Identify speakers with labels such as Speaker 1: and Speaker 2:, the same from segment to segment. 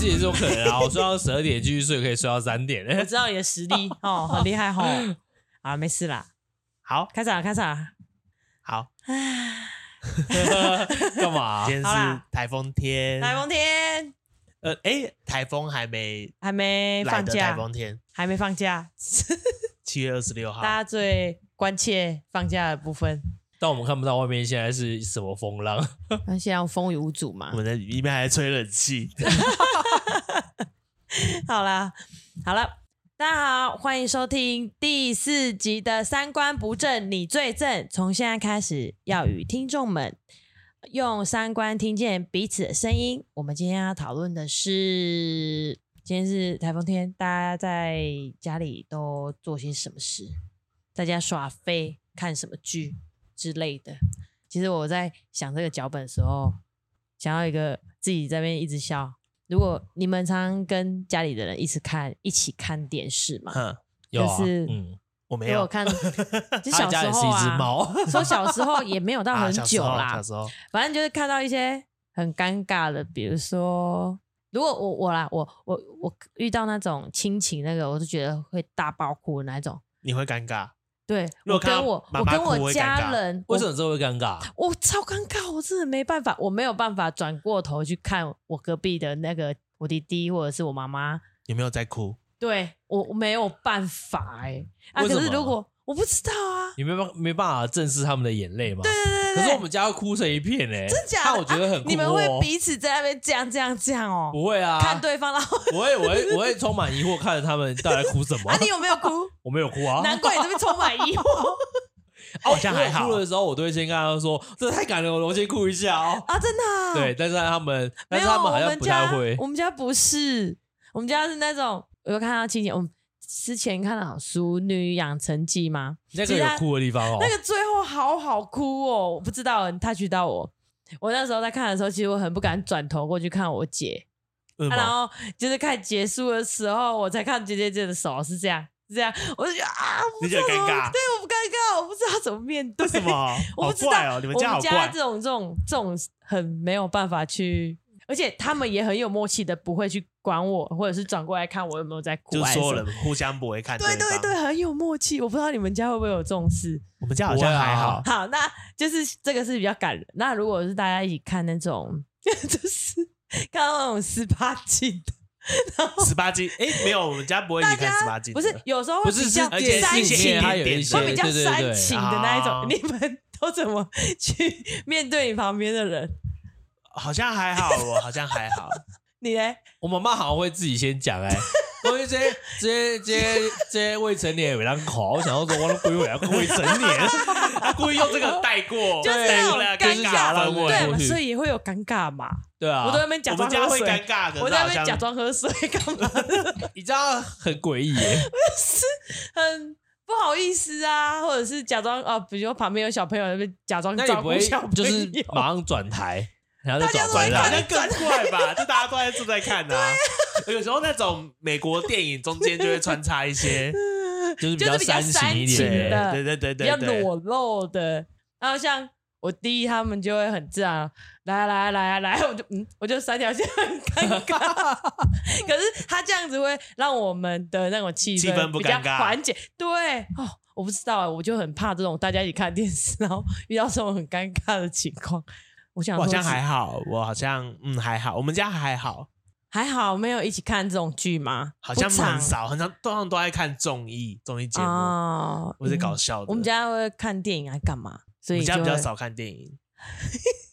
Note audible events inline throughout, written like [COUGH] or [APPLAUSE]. Speaker 1: 哦我睡到十二点继续睡，可以睡到三点。
Speaker 2: 哎
Speaker 1: [LAUGHS]
Speaker 3: 我知道你的实
Speaker 2: [LAUGHS]
Speaker 3: 力哦，很厉害哦。啊，没事啦，
Speaker 2: 好
Speaker 3: 开啊场开场。
Speaker 2: 好，
Speaker 1: [LAUGHS] 干嘛、
Speaker 2: 今天
Speaker 3: 好
Speaker 2: 是
Speaker 3: 啦
Speaker 2: 台风天，
Speaker 3: 台风天
Speaker 2: 呃，哎，台风还没
Speaker 3: 还没
Speaker 2: 来
Speaker 3: 放
Speaker 2: 的台
Speaker 3: 假，
Speaker 2: 风天，
Speaker 3: 还没放假，
Speaker 2: 七月二十六号
Speaker 3: 大，家最关切放假的部分。
Speaker 1: 但我们看不到外面现在是什么风浪。
Speaker 3: 那现在风雨无阻嘛
Speaker 2: [LAUGHS] 我。们在里面还在吹冷
Speaker 1: [LAUGHS]
Speaker 2: 气。
Speaker 3: [LAUGHS] 好啦，好了，大家好，欢迎收听第四集的《三观不正你最正》。从现在开始，要与听众们用三观听见彼此的声音。我们今天要讨论的是，今天是台风天，大家在家里都做些什么事？在家耍飞、看什么剧之类的。其实我在想这个脚本的时候，想要一个自己在那边一直笑。如果你们常常跟家里的人一起看一起看电视嘛，
Speaker 2: 哼，
Speaker 1: 有啊，
Speaker 3: 就是
Speaker 1: 嗯，
Speaker 2: 我没
Speaker 3: 给我
Speaker 2: [LAUGHS] 有，
Speaker 3: 看，就
Speaker 1: 他
Speaker 3: 小
Speaker 1: 家
Speaker 3: 时
Speaker 1: 也是
Speaker 3: 候
Speaker 1: 一只
Speaker 3: 啊，
Speaker 1: 猫，
Speaker 3: 说小时候也没有到
Speaker 2: 啊
Speaker 3: 很
Speaker 2: 小时
Speaker 3: 久
Speaker 2: 候
Speaker 3: 啦，
Speaker 2: 小时候
Speaker 3: 反正就是看到一些很尴尬的，比如说，如果我我啦，我我我遇到那种亲情那个，我就觉得会大爆哭的那种。
Speaker 2: 你会尴尬，
Speaker 3: 对，
Speaker 2: 如果
Speaker 3: 我
Speaker 2: 看到
Speaker 3: 跟我
Speaker 2: 妈
Speaker 3: 我
Speaker 2: 妈
Speaker 3: 跟
Speaker 2: 哭
Speaker 3: 我
Speaker 2: 会
Speaker 3: 家
Speaker 2: 尴尬
Speaker 3: 人，
Speaker 1: 为
Speaker 3: 我
Speaker 1: 什么这会尴尬？
Speaker 3: 我超尴尬，我真的没办法，我没有办法转过头去看我隔壁的那个我弟弟或者是我妈妈，
Speaker 2: 有没有在哭？
Speaker 3: 对我我没有办法哎、啊，
Speaker 1: 为什
Speaker 3: 可是
Speaker 1: 么
Speaker 3: 如果我不知道啊，
Speaker 1: 你没办没办法正视他们的眼泪吗？
Speaker 3: 对对对
Speaker 1: 可
Speaker 3: 对，
Speaker 1: 是我们家会哭成一片哎、欸，
Speaker 3: 真假的
Speaker 1: 但我觉得很
Speaker 3: 啊
Speaker 1: 酷、哦
Speaker 3: 你们会彼此在那边这样这样这样哦，
Speaker 1: 不会啊？
Speaker 3: 看对方，然
Speaker 1: [LAUGHS]
Speaker 3: 后
Speaker 1: 我会，我会，我会充满疑惑看着他们到底在哭什么
Speaker 3: 啊，。你有没有
Speaker 1: [LAUGHS]
Speaker 3: 哭？
Speaker 1: 我没有哭啊，
Speaker 3: 难怪哦你这边充满疑惑
Speaker 1: 好
Speaker 2: 像还好
Speaker 1: 哭的时候，我都会先跟他说：“这太感人了，我先哭一下哦。
Speaker 3: 啊！真的、啊，
Speaker 1: 对，，但是他们，
Speaker 3: 没
Speaker 1: 但
Speaker 3: 有，
Speaker 1: 是他们好
Speaker 3: 我
Speaker 1: 像
Speaker 3: 们
Speaker 1: 不太
Speaker 3: 家
Speaker 1: 会
Speaker 3: 我。们家不是，我们家是那种，我有看到亲戚，我们之前看到《熟女养成记》吗？
Speaker 1: 那个有哭的地方哦，
Speaker 3: 那个最后好好哭哦，我不知道他去到我。我那时候在看的时候，其实我很不敢转头过去看我姐，
Speaker 2: 为什
Speaker 3: 啊、然
Speaker 2: 么？
Speaker 3: 后就是看结束的时候，我才看姐姐姐的手是这样，是这样，我就觉得啊，我不
Speaker 2: 你
Speaker 3: 知
Speaker 2: 觉
Speaker 3: 道
Speaker 2: 得
Speaker 3: 怎么
Speaker 2: 尴尬
Speaker 3: 对，我不尴尬，我不知道怎么面对。
Speaker 2: 为什？么？
Speaker 3: [LAUGHS] 我
Speaker 2: 好
Speaker 3: 不知道。
Speaker 2: 怪哦，你们
Speaker 3: 我
Speaker 2: 家好怪
Speaker 3: 这。种这种这种很没有办法去，而且他们也很有默契的，不会去管我，或者是转过来看我有没有在哭。
Speaker 2: 就
Speaker 3: 还
Speaker 2: 是
Speaker 3: 是
Speaker 2: 所有
Speaker 3: 什么
Speaker 2: 人互相不会看
Speaker 3: 对
Speaker 2: 对
Speaker 3: 对
Speaker 2: 方
Speaker 3: 对，，很有默契。我不知道你们家会不会有这种事。
Speaker 2: 我们家好
Speaker 3: 啊
Speaker 2: 像还好，
Speaker 3: 好，那就是这个是比较感人。那如果是大家一起看那种， [LAUGHS] 就是看到那种十八禁的，
Speaker 2: 十八禁，哎，没有，我们家不会一
Speaker 3: 大
Speaker 2: 起看十
Speaker 3: 家
Speaker 2: 八禁
Speaker 3: 不
Speaker 2: 的，
Speaker 3: 是有时候
Speaker 1: 不
Speaker 3: 会
Speaker 1: 是
Speaker 3: 比
Speaker 1: 是
Speaker 3: 较
Speaker 1: 而且
Speaker 3: 煽
Speaker 1: 是
Speaker 2: 煽
Speaker 1: 里
Speaker 2: 情
Speaker 1: 面
Speaker 3: 情，
Speaker 1: 它有一些
Speaker 3: 会
Speaker 1: 对
Speaker 3: 比较
Speaker 1: 对
Speaker 3: 煽
Speaker 1: 对，
Speaker 3: 情的那一种 [LAUGHS]
Speaker 2: 啊。
Speaker 3: 你们都怎么去面对你旁边的人？
Speaker 2: 好像还好哦，好像还好。
Speaker 3: 你嘞？
Speaker 1: 我妈妈好像会自己先讲
Speaker 3: [LAUGHS]
Speaker 1: 哎。关于这些、这些、这些、这些未成年有人口，我想要说，我都不用要未成
Speaker 3: [LAUGHS]
Speaker 1: 年，
Speaker 2: 他故意用这个带
Speaker 1: 哦
Speaker 2: 过，
Speaker 3: 就是
Speaker 2: 带
Speaker 3: 那
Speaker 2: 过
Speaker 3: 种
Speaker 2: 来
Speaker 3: 尴
Speaker 2: 尴
Speaker 3: 尬
Speaker 2: 尬
Speaker 1: 的对
Speaker 2: 氛围。
Speaker 1: 过
Speaker 3: 对，
Speaker 1: 去
Speaker 3: 所以也会有尴尬嘛。
Speaker 1: 对啊，
Speaker 3: 我在那 [LAUGHS] 边假
Speaker 2: 我
Speaker 3: 装
Speaker 2: 们家
Speaker 3: 喝
Speaker 2: 会
Speaker 3: 水，
Speaker 2: 尴尬，可
Speaker 3: 我
Speaker 2: 是
Speaker 3: 在
Speaker 2: 好
Speaker 3: 那边假
Speaker 2: 像
Speaker 3: 装喝水 [LAUGHS] 干嘛？
Speaker 1: 你知道很诡异
Speaker 3: [LAUGHS]
Speaker 1: 耶，
Speaker 3: 很不好意思啊，或者是假装啊，比如说旁边有小朋友在那边假装
Speaker 1: 那你
Speaker 3: 照
Speaker 1: 不
Speaker 3: 顾
Speaker 1: 会
Speaker 3: 小朋友，
Speaker 1: 就是马上转台，然后再转
Speaker 2: 好
Speaker 1: 回来？
Speaker 2: 像更怪吧？就大家都在正在看啊。有时候那种美国电影中间就会穿插一些，
Speaker 1: 就是比
Speaker 3: 就
Speaker 1: 较
Speaker 3: 是比较
Speaker 1: 煽情一
Speaker 3: 煽
Speaker 1: 点的。
Speaker 3: 情的
Speaker 2: 对对对
Speaker 3: 比较
Speaker 2: 对对，
Speaker 3: 裸啊露的。然后像我弟他们就会很自然，来啊来啊来啊来啊，我就嗯，我 [LAUGHS] 就三条线很尴尬。可是他这样子会让我们的那种气
Speaker 2: 气氛不
Speaker 3: 比较
Speaker 2: 尴尬
Speaker 3: 缓解。对哦，我不知道啊，我就很怕这种大家一起看电视，然后遇到这种很尴尬的情况。我想
Speaker 2: 我好
Speaker 3: 说
Speaker 2: 像还好，我好像嗯还好，我们家还好，
Speaker 3: 还好，没有一起看这种剧吗？
Speaker 2: 好像
Speaker 3: 不常
Speaker 2: 很少，很常通常都爱看综艺综艺节目，
Speaker 3: 哦，
Speaker 2: 或是搞
Speaker 3: 嗯
Speaker 2: 笑的。
Speaker 3: 我们家会看电影还啊干嘛？所
Speaker 2: 我
Speaker 3: 以
Speaker 2: 们家
Speaker 3: 就
Speaker 2: 比较
Speaker 3: 会
Speaker 2: 少看电影，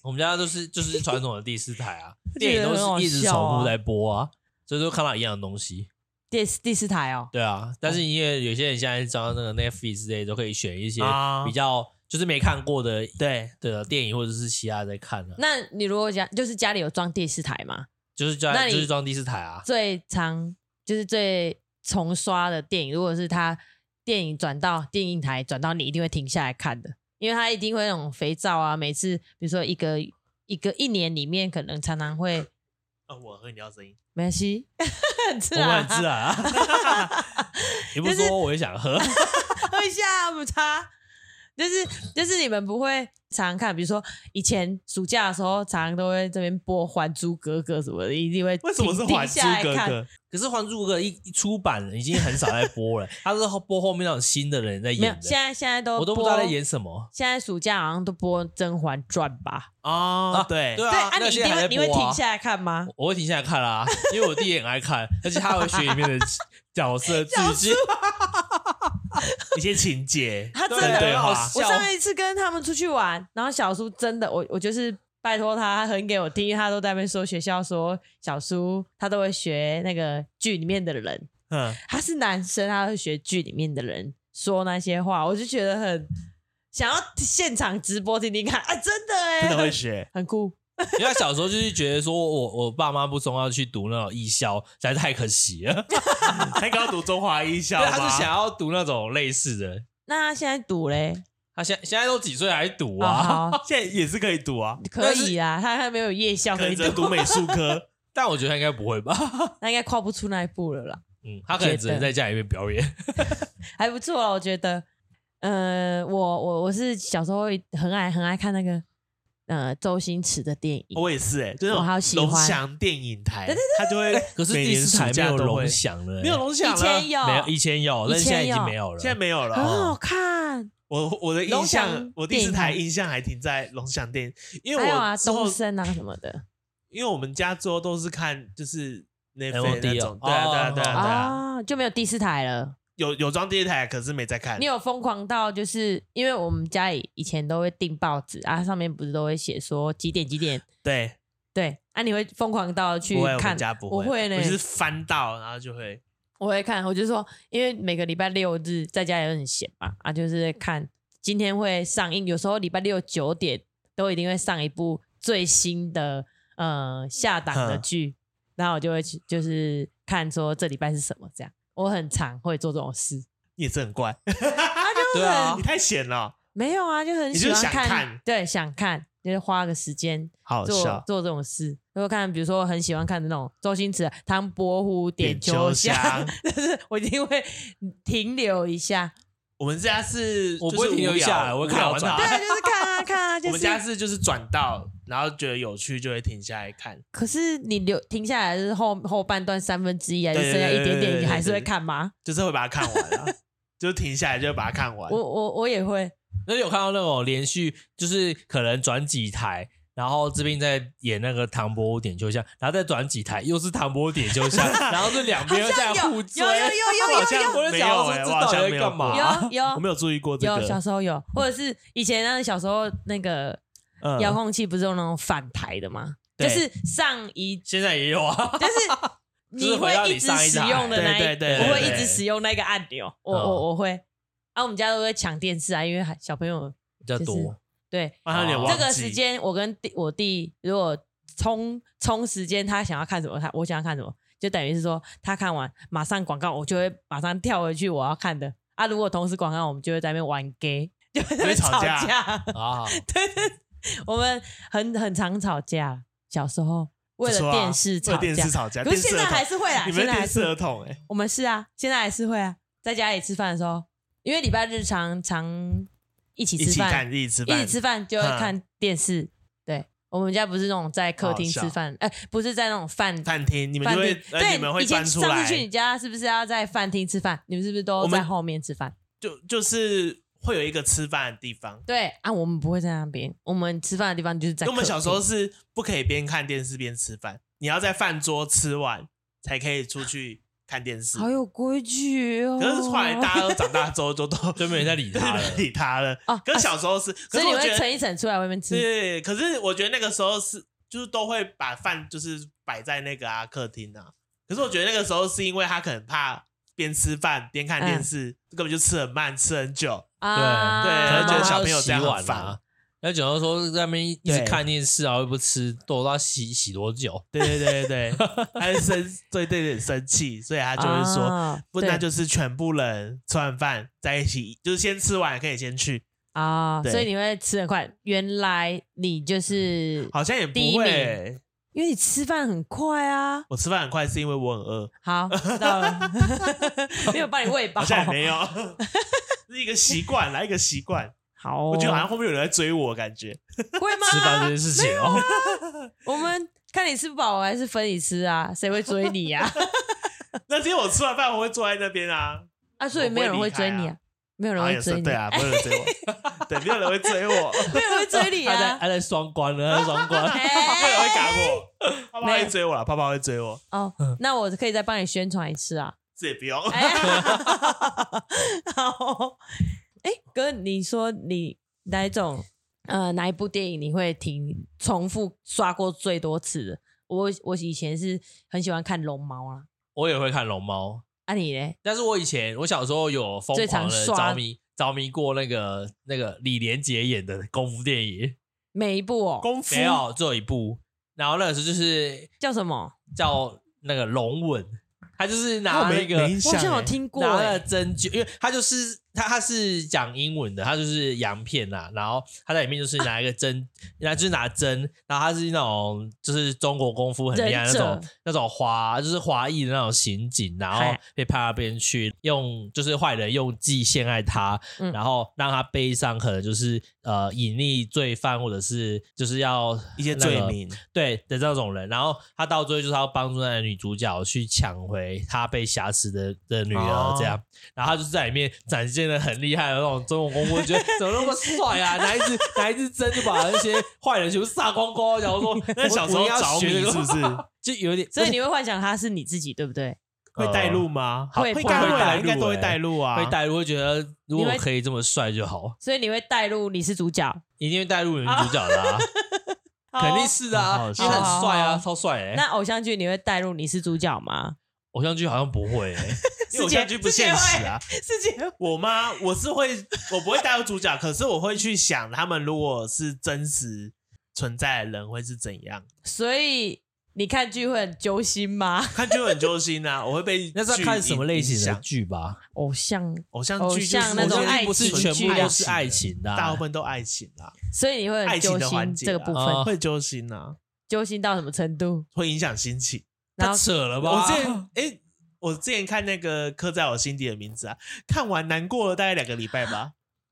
Speaker 1: 我们家都是就是传统的第四台啊，
Speaker 3: 我觉
Speaker 1: 电
Speaker 3: 得
Speaker 1: 影都
Speaker 3: 很好
Speaker 1: 是一直
Speaker 3: 笑
Speaker 1: 重
Speaker 3: 啊
Speaker 1: 复在播啊，所以都看到一样的东西。
Speaker 3: 第四第四台哦，
Speaker 1: 对啊，但是因为有些人现在知道那个 Netflix 之类都可以选一些
Speaker 2: 啊
Speaker 1: 比较就是没看过的
Speaker 2: 对，
Speaker 1: 的电影或者是其他在看的，
Speaker 3: 那你如果家就是家里有装第四台嘛，
Speaker 1: 就是
Speaker 3: 那
Speaker 1: 装
Speaker 3: 你
Speaker 1: 就是装第四台啊。
Speaker 3: 最常就是最重刷的电影，如果是他电影转到电影台转到你一定会停下来看的，因为他一定会那种肥皂啊，每次比如说一个一个一年里面可能常常会
Speaker 2: 哦，我喝饮料声音，
Speaker 3: 没关
Speaker 2: [LAUGHS]
Speaker 3: 系，很自
Speaker 1: 我
Speaker 3: 然、
Speaker 1: 很自然啊，你不
Speaker 3: 就是
Speaker 1: 说我也想喝， [LAUGHS]
Speaker 3: 喝一下不差。就是就是你们不会常常看，比如说以前暑假的时候，常常都会这边播《还珠格格》什么的，一定会
Speaker 2: 为什么是《
Speaker 3: 停
Speaker 2: 还珠
Speaker 3: 下来
Speaker 2: 格
Speaker 3: 看
Speaker 2: 格》？
Speaker 1: 可是《还珠格格》一一出版已经很少在播了，它是后播后面那种新的人在
Speaker 3: 没有
Speaker 1: 演，的，
Speaker 3: 现在现在都
Speaker 1: 我都不
Speaker 3: 播
Speaker 1: 知道在演什么。
Speaker 3: 现在暑假好像都播《甄嬛传》吧？
Speaker 2: 哦
Speaker 1: 啊，
Speaker 2: 对，
Speaker 1: 对
Speaker 3: 对
Speaker 1: 啊，
Speaker 3: 你
Speaker 1: 那
Speaker 3: 一
Speaker 1: 现
Speaker 3: 定
Speaker 1: 在还
Speaker 3: 会
Speaker 1: 在
Speaker 3: 你会
Speaker 1: 播啊
Speaker 3: 停下来看吗？
Speaker 1: 我会停下来看啦、因为我弟也很爱看，而且他会学里面的角色
Speaker 3: [LAUGHS]
Speaker 1: 剧情。
Speaker 2: 一些情节，
Speaker 3: [LAUGHS] 他真
Speaker 1: 的
Speaker 2: 对
Speaker 1: 很好
Speaker 2: 话
Speaker 1: 笑
Speaker 3: 我上一次跟他们出去玩，然后小叔真的，我我就是拜托他，他很给我听，因为他都在那边说学校说小叔他都会学那个剧里面的人，
Speaker 2: 嗯，
Speaker 3: 他是男生，他会学剧里面的人说那些话，我就觉得很想要现场直播听听看啊，真的哎、
Speaker 2: 真的会学。
Speaker 3: 很酷，
Speaker 1: 因为他小时候就是觉得说我我爸妈不送他去读那种艺校，实在太可惜了。
Speaker 2: 他刚刚读中华一校
Speaker 1: 对，
Speaker 2: 吗，
Speaker 1: 他是想要读那种类似的。
Speaker 3: 那他现在赌嘞，
Speaker 1: 他现现在都几岁还读
Speaker 3: 哇，
Speaker 1: 啊？
Speaker 3: 好
Speaker 2: 现在也是可以读啊，
Speaker 3: 可以啊，他还没有夜校
Speaker 2: 可
Speaker 3: [LAUGHS] 可以
Speaker 2: 以只能
Speaker 3: 读，
Speaker 2: 读美术科。
Speaker 1: [LAUGHS] 但我觉得他应该不会吧。
Speaker 3: [LAUGHS] 他应该跨不出那一步了啦。
Speaker 1: 嗯，他可能只能在家里面表演。
Speaker 3: 还不错啊，我觉得。呃，我我我是小时候很爱很爱看那个呃周星驰的电影，
Speaker 2: 我也是哎，就那
Speaker 3: 我好
Speaker 2: 种
Speaker 3: 喜欢
Speaker 2: 龙翔电影台，
Speaker 3: 对对
Speaker 2: 他就会
Speaker 1: 可是
Speaker 2: 每
Speaker 1: 第
Speaker 2: 年
Speaker 1: 四
Speaker 2: 暑
Speaker 1: 台没
Speaker 2: 假
Speaker 1: 有
Speaker 2: 都会
Speaker 1: 龙，翔欸了、
Speaker 2: 没有龙翔
Speaker 3: 以
Speaker 2: 了，
Speaker 3: 前有，
Speaker 1: 没有以前有，但是现在已经没有了。
Speaker 2: 现在没有了
Speaker 3: 很
Speaker 2: 哦。
Speaker 3: 好看，
Speaker 2: 我我的印
Speaker 3: 龙
Speaker 2: 象
Speaker 3: 翔，
Speaker 2: 我第四
Speaker 3: 电影台
Speaker 2: 台印象还停在龙翔电影，因为
Speaker 3: 还有啊
Speaker 2: 我之后
Speaker 3: 东升啊什么的
Speaker 2: 因为我们家最后都是看就是那
Speaker 1: MOD
Speaker 2: 那种
Speaker 1: 哦，
Speaker 2: 对啊对啊对啊对啊，
Speaker 3: 啊、就没有第四台了。
Speaker 2: 有有装第一台，可是没在看
Speaker 3: 你。有疯狂到就是因为我们家里以前都会订报纸啊，上面不是都会写说几点几点，
Speaker 2: 对，
Speaker 3: 对啊，你会疯狂到去
Speaker 2: 不会，我
Speaker 3: 看
Speaker 2: 们家不
Speaker 3: 我
Speaker 2: 会，
Speaker 3: 会呢，
Speaker 2: 我就是翻到然后就会
Speaker 3: 我会看，我就说，因为每个礼拜六日在家也很闲嘛，啊，就是看今天会上映，有时候礼拜六九点都一定会上一部最新的呃下档的
Speaker 2: 哼
Speaker 3: 剧，然后我就会去就是看说这礼拜是什么这样。我很常会做这种事，
Speaker 2: 你也是很怪，
Speaker 1: 对啊
Speaker 3: 哦
Speaker 2: 你，太闲了，
Speaker 3: 没有啊，就很
Speaker 2: 你
Speaker 3: 喜
Speaker 2: 就
Speaker 3: 欢
Speaker 2: 想
Speaker 3: 看，
Speaker 2: 看
Speaker 3: 对，想看就是花个时间
Speaker 2: 好
Speaker 3: 做
Speaker 2: 笑。
Speaker 3: 做这种事。如果看，比如说我很喜欢看的那种周星驰的《唐伯虎点秋香》， [LAUGHS] 就是我一定会停留一下。
Speaker 2: 我们家是
Speaker 1: 我
Speaker 2: 就是
Speaker 1: 不会停留
Speaker 2: 无聊
Speaker 1: 下来我会
Speaker 2: 无
Speaker 1: 看
Speaker 2: 聊
Speaker 1: 完
Speaker 2: 转
Speaker 1: 它
Speaker 3: 对，就是看啊看啊，就
Speaker 2: [LAUGHS] 我
Speaker 3: 是。
Speaker 2: 们家是就是转到，然后觉得有趣就会停下来看。
Speaker 3: 可是你留停下来就是后后半段三分之一，还是
Speaker 2: 对对
Speaker 3: 剩下一点
Speaker 2: 对对对
Speaker 3: 点，你还
Speaker 2: 对
Speaker 3: 是会
Speaker 2: 对
Speaker 3: 看吗？
Speaker 2: 就是会把它看完啊，就停下来就会把它看完
Speaker 3: 我。我我也会，
Speaker 1: 那有看到那种连续，就是可能转几台，然后这边在演那个唐伯虎点秋香，然后再转几台又是唐伯虎点秋
Speaker 2: [LAUGHS]
Speaker 1: 香，然后这两边又在互追。
Speaker 3: 好像有有有有
Speaker 1: [LAUGHS]
Speaker 3: 有
Speaker 2: 好像
Speaker 1: 我就
Speaker 2: 没有
Speaker 1: 想要说
Speaker 2: 欸
Speaker 1: 这
Speaker 2: 我好
Speaker 1: 到
Speaker 2: 像
Speaker 1: 底
Speaker 2: 没
Speaker 1: 在
Speaker 2: 有
Speaker 1: 干嘛
Speaker 2: 过
Speaker 1: 啊
Speaker 2: [LAUGHS]
Speaker 3: 有有
Speaker 2: 我没有注意过这
Speaker 3: 有小
Speaker 2: 个。
Speaker 3: 时候有，或者是以前那个小时候那个
Speaker 2: 嗯
Speaker 3: 遥控器不是有那种反台的吗？
Speaker 2: 对
Speaker 3: 就是上一
Speaker 1: 现在也有啊，
Speaker 3: 就
Speaker 2: [LAUGHS]
Speaker 3: 是
Speaker 1: 就是
Speaker 3: 你
Speaker 1: 回到
Speaker 3: 会
Speaker 1: 你
Speaker 3: 一直
Speaker 1: 上一
Speaker 3: 使
Speaker 1: 台
Speaker 3: 用的那一，
Speaker 2: 对对对嗯
Speaker 1: 对
Speaker 3: 我会
Speaker 1: 对
Speaker 3: 一直使用那个按钮，我我我会。啊，我们家都会抢电视啊，因为还小朋友
Speaker 1: [LAUGHS] 比较多。
Speaker 3: 对
Speaker 2: 我好像有点忘
Speaker 3: 这
Speaker 2: 记
Speaker 3: 个时间，我跟弟我弟如果冲冲时间，他想要看什么，他我想要看什么，就等于是说他看完马上广告，我就会马上跳回去我要看的啊。如果同时广告，我们就会在那边玩 gay，就 [LAUGHS] 会在那边
Speaker 2: 吵
Speaker 3: 吵
Speaker 2: 架
Speaker 3: 架。 [LAUGHS]
Speaker 1: 啊，
Speaker 3: 对对，对我们很很常吵架，小时候为
Speaker 2: 不
Speaker 3: 了
Speaker 2: 错啊
Speaker 3: 电视吵
Speaker 2: 为了电
Speaker 3: 架
Speaker 2: 视，吵架，
Speaker 3: 可是现在
Speaker 2: 电视儿童
Speaker 3: 还是会啦
Speaker 2: 你
Speaker 3: 现
Speaker 2: 们
Speaker 3: 在
Speaker 2: 电
Speaker 3: 还
Speaker 2: 视
Speaker 3: 是
Speaker 2: 儿童哎，
Speaker 3: 我们是啊，现在还是会啊，在家里吃饭的时候，因为礼拜日常常一起
Speaker 2: 一
Speaker 3: 吃
Speaker 2: 起
Speaker 3: 饭，
Speaker 2: 看，嗯一起吃
Speaker 3: 一
Speaker 2: 饭
Speaker 3: 起，吃饭就会看电视。对，我们家不是那种在客厅吃饭，哎、不是在那种饭
Speaker 2: 餐厅，你们
Speaker 3: 饭
Speaker 2: 就
Speaker 3: 厅
Speaker 2: 会。，呃你们
Speaker 3: 对，
Speaker 2: 会
Speaker 3: 以前
Speaker 2: 搬出
Speaker 3: 上次去你
Speaker 2: 来，
Speaker 3: 家是不是要在饭厅吃饭？你们是不是
Speaker 2: 我
Speaker 3: 都
Speaker 2: 们
Speaker 3: 在后面吃饭？
Speaker 2: 就就是会有一个吃饭的地方。
Speaker 3: 对啊，我们不会在那边，我们吃饭的地方就是在客厅。
Speaker 2: 因为我们小时候是不可以边看电视边吃饭，你要在饭桌吃完才可以出去看电视。
Speaker 3: 好有规矩哦。
Speaker 2: 可是后来大家都长大之后，就都
Speaker 1: 就没人在理
Speaker 2: 就
Speaker 1: 他
Speaker 2: 没
Speaker 1: 了。
Speaker 2: 人理他了。
Speaker 3: 哦
Speaker 2: 可是
Speaker 3: 啊
Speaker 2: 小时候是，
Speaker 3: 所
Speaker 2: 可
Speaker 3: 以
Speaker 2: 是
Speaker 3: 你
Speaker 2: 我觉
Speaker 3: 会
Speaker 2: 得
Speaker 3: 盛一盛出来外面吃。
Speaker 2: 对，可是我觉得那个时候是，就是都会把饭就是摆在那个啊客厅啊。可是我觉得那个时候是因为他可能怕边吃饭边看
Speaker 3: 嗯
Speaker 2: 电视，根本就吃很慢，吃很久。
Speaker 3: 啊，
Speaker 2: 对
Speaker 1: 可能
Speaker 2: 他
Speaker 1: 觉
Speaker 2: 觉得
Speaker 1: 得
Speaker 2: 小
Speaker 1: 小
Speaker 2: 朋
Speaker 1: 朋
Speaker 2: 友
Speaker 1: 友
Speaker 2: 这
Speaker 1: 这
Speaker 2: 样
Speaker 1: 样
Speaker 2: 很
Speaker 1: 很
Speaker 2: 烦
Speaker 1: 烦。啊那讲到说在那边一
Speaker 2: 对
Speaker 1: 直看电视，然啊后又不吃，躲到洗洗多久？
Speaker 2: 对对对对
Speaker 3: [LAUGHS]
Speaker 2: 对，他就生对对对生气，所以他就会说，
Speaker 3: 啊
Speaker 2: 不
Speaker 3: 对
Speaker 2: 那就是全部人吃完饭在一起，就是先吃完可以先去，
Speaker 3: 啊，
Speaker 2: 对
Speaker 3: 所以你会吃很快。原来你就是
Speaker 2: 嗯好像也不
Speaker 3: 第一
Speaker 2: 会、
Speaker 3: 名因为你吃饭很快啊。
Speaker 2: 我吃饭很快是因为我很饿，
Speaker 3: 好，知道
Speaker 2: [LAUGHS]
Speaker 3: 了，没有帮你喂饱 [LAUGHS]
Speaker 2: 好。像也没有，是一个习惯啦，一个习惯。
Speaker 3: 好哦，
Speaker 2: 我觉得好像后面有人在追我，感觉
Speaker 3: 会吗？
Speaker 1: 吃饭这件事情哦。
Speaker 3: 我们看你吃不饱，还是分你吃啊？谁会追你
Speaker 2: [LAUGHS]
Speaker 3: 呀、啊？
Speaker 2: 那天我吃完饭我会坐在那边啊，
Speaker 3: 啊，所以没有人会追你啊，没有人
Speaker 2: 然后
Speaker 3: 会
Speaker 2: 也
Speaker 3: 追
Speaker 2: 是
Speaker 3: 你
Speaker 2: 对，啊，没有
Speaker 3: [LAUGHS]
Speaker 2: 人追我，对，没有人会追我，
Speaker 3: 没有人会追你
Speaker 2: [LAUGHS]
Speaker 1: 他在
Speaker 3: 啊。
Speaker 1: 他在双关了，他在双关。
Speaker 2: 没有人会
Speaker 3: 哎
Speaker 2: 赶我，泡泡
Speaker 3: 没
Speaker 2: 会
Speaker 3: 有
Speaker 2: 追我了，泡泡会追我，
Speaker 3: 哦，
Speaker 2: 嗯
Speaker 3: 那我可以再帮你宣传一次啊。
Speaker 2: 这也不用。
Speaker 3: 哎，好，哎，哥，你说你哪一种呃哪一部电影你会挺重复刷过最多次的？我我以前是很喜欢看《龙猫》啊，
Speaker 1: [LAUGHS] 我也会看龙猫，
Speaker 3: 啊你嘞？
Speaker 1: 但是我以前我小时候有疯
Speaker 3: 最
Speaker 1: 狂
Speaker 3: 常
Speaker 1: 的
Speaker 3: 刷
Speaker 1: 着迷着迷过那个那个李连杰演的功夫电影，
Speaker 3: 每一部哦，
Speaker 2: 功夫
Speaker 1: 没有只有一部。然后那个时候就是
Speaker 3: 叫什么？
Speaker 1: 叫那个龙吻，他就是
Speaker 2: 哦
Speaker 1: 拿
Speaker 2: 没
Speaker 1: 那个
Speaker 2: 没印
Speaker 3: 我好
Speaker 2: 象
Speaker 3: 像有
Speaker 2: 欸
Speaker 3: 听过
Speaker 1: 拿
Speaker 3: 哎、
Speaker 1: 了针灸，因为他就是他他是讲英文的，他就是洋片啦，然后他在里面就是拿一个针， [LAUGHS] 然后就是拿针，然后他是那种就是中国功夫很厉害
Speaker 3: 忍
Speaker 1: 那
Speaker 3: 者
Speaker 1: 种那种华就是华裔的那种刑警，然后
Speaker 3: 嗨
Speaker 1: 被派到那边去用就是坏人用计陷害他，
Speaker 3: 嗯
Speaker 1: 然后让他背上可能就是呃隐匿罪犯或者是就是要
Speaker 2: 一些
Speaker 1: 那个
Speaker 2: 罪名，
Speaker 1: 对的这种人，然后他到最后就是要帮助那个女主角去抢回她被挟持的的女
Speaker 2: 哦
Speaker 1: 儿，这样，然后他就在里面展现了很厉害的那种中国功夫，我觉得怎么那么帅啊，拿一支拿一支针就把那些坏人全部杀光光，然后 [LAUGHS] 说
Speaker 2: 那小时候
Speaker 1: 我我要
Speaker 2: 着
Speaker 1: 学
Speaker 2: 迷
Speaker 1: 这个
Speaker 2: 是不是
Speaker 1: [LAUGHS] 就有点，
Speaker 3: 所以
Speaker 1: 而且
Speaker 3: 你会幻想他是你自己，对不对？
Speaker 2: 会带路吗？
Speaker 1: 好
Speaker 3: 会
Speaker 2: 会
Speaker 3: 吧
Speaker 2: 带路
Speaker 1: 会带
Speaker 2: 啊，
Speaker 1: 路
Speaker 2: 应该都会带路啊，
Speaker 1: 会带入，会觉得如
Speaker 3: 你
Speaker 1: 果
Speaker 3: 会
Speaker 1: 可以这么帅就好，
Speaker 3: 所以你会带入你是主角，
Speaker 1: 一定会带入女主角的啊， [LAUGHS]
Speaker 3: [LAUGHS]
Speaker 1: 肯定是的
Speaker 2: 好
Speaker 1: 啊，
Speaker 2: 好
Speaker 1: 因为很帅
Speaker 3: 好好
Speaker 1: 啊，超帅哎。
Speaker 3: 那偶像剧你会带入你是主
Speaker 1: [LAUGHS]
Speaker 3: 角吗？
Speaker 1: 偶像剧好像不会欸，
Speaker 2: 因为我现在就不现实啊。
Speaker 3: 世界
Speaker 2: 我吗？我是会，我不会带入主角，可是我会去想，他们如果是真实存在的人会是怎样？
Speaker 3: 所以你看剧会很揪心吗？
Speaker 2: 看就很揪心啊，我会
Speaker 1: [LAUGHS]
Speaker 2: 被
Speaker 1: [LAUGHS] 那是
Speaker 2: 剧
Speaker 1: 要看什么类
Speaker 2: 影
Speaker 1: 型的
Speaker 2: 响
Speaker 1: 剧吧。
Speaker 3: 偶像，
Speaker 2: 偶像
Speaker 3: 偶
Speaker 2: 剧，
Speaker 3: 像那种
Speaker 1: 偶像
Speaker 3: 爱
Speaker 1: 剧不是
Speaker 3: 情
Speaker 1: 全部
Speaker 3: 剧
Speaker 1: 都是爱，情的啊，
Speaker 2: 大部分都爱情啦，
Speaker 3: 所以你会很
Speaker 2: 爱
Speaker 3: 揪
Speaker 2: 情的环
Speaker 3: 心
Speaker 2: 节
Speaker 3: 这个
Speaker 2: 啊
Speaker 3: 部分，
Speaker 1: 嗯
Speaker 2: 会揪心啊，
Speaker 3: 揪心到什么程度？
Speaker 2: 会影响心情。啊
Speaker 3: 然
Speaker 1: 太
Speaker 3: 后
Speaker 1: 扯了吧？
Speaker 2: 我之前诶，我之前看那个刻在我心底的名字啊，看完难过了大概两个礼拜吧。
Speaker 1: [LAUGHS]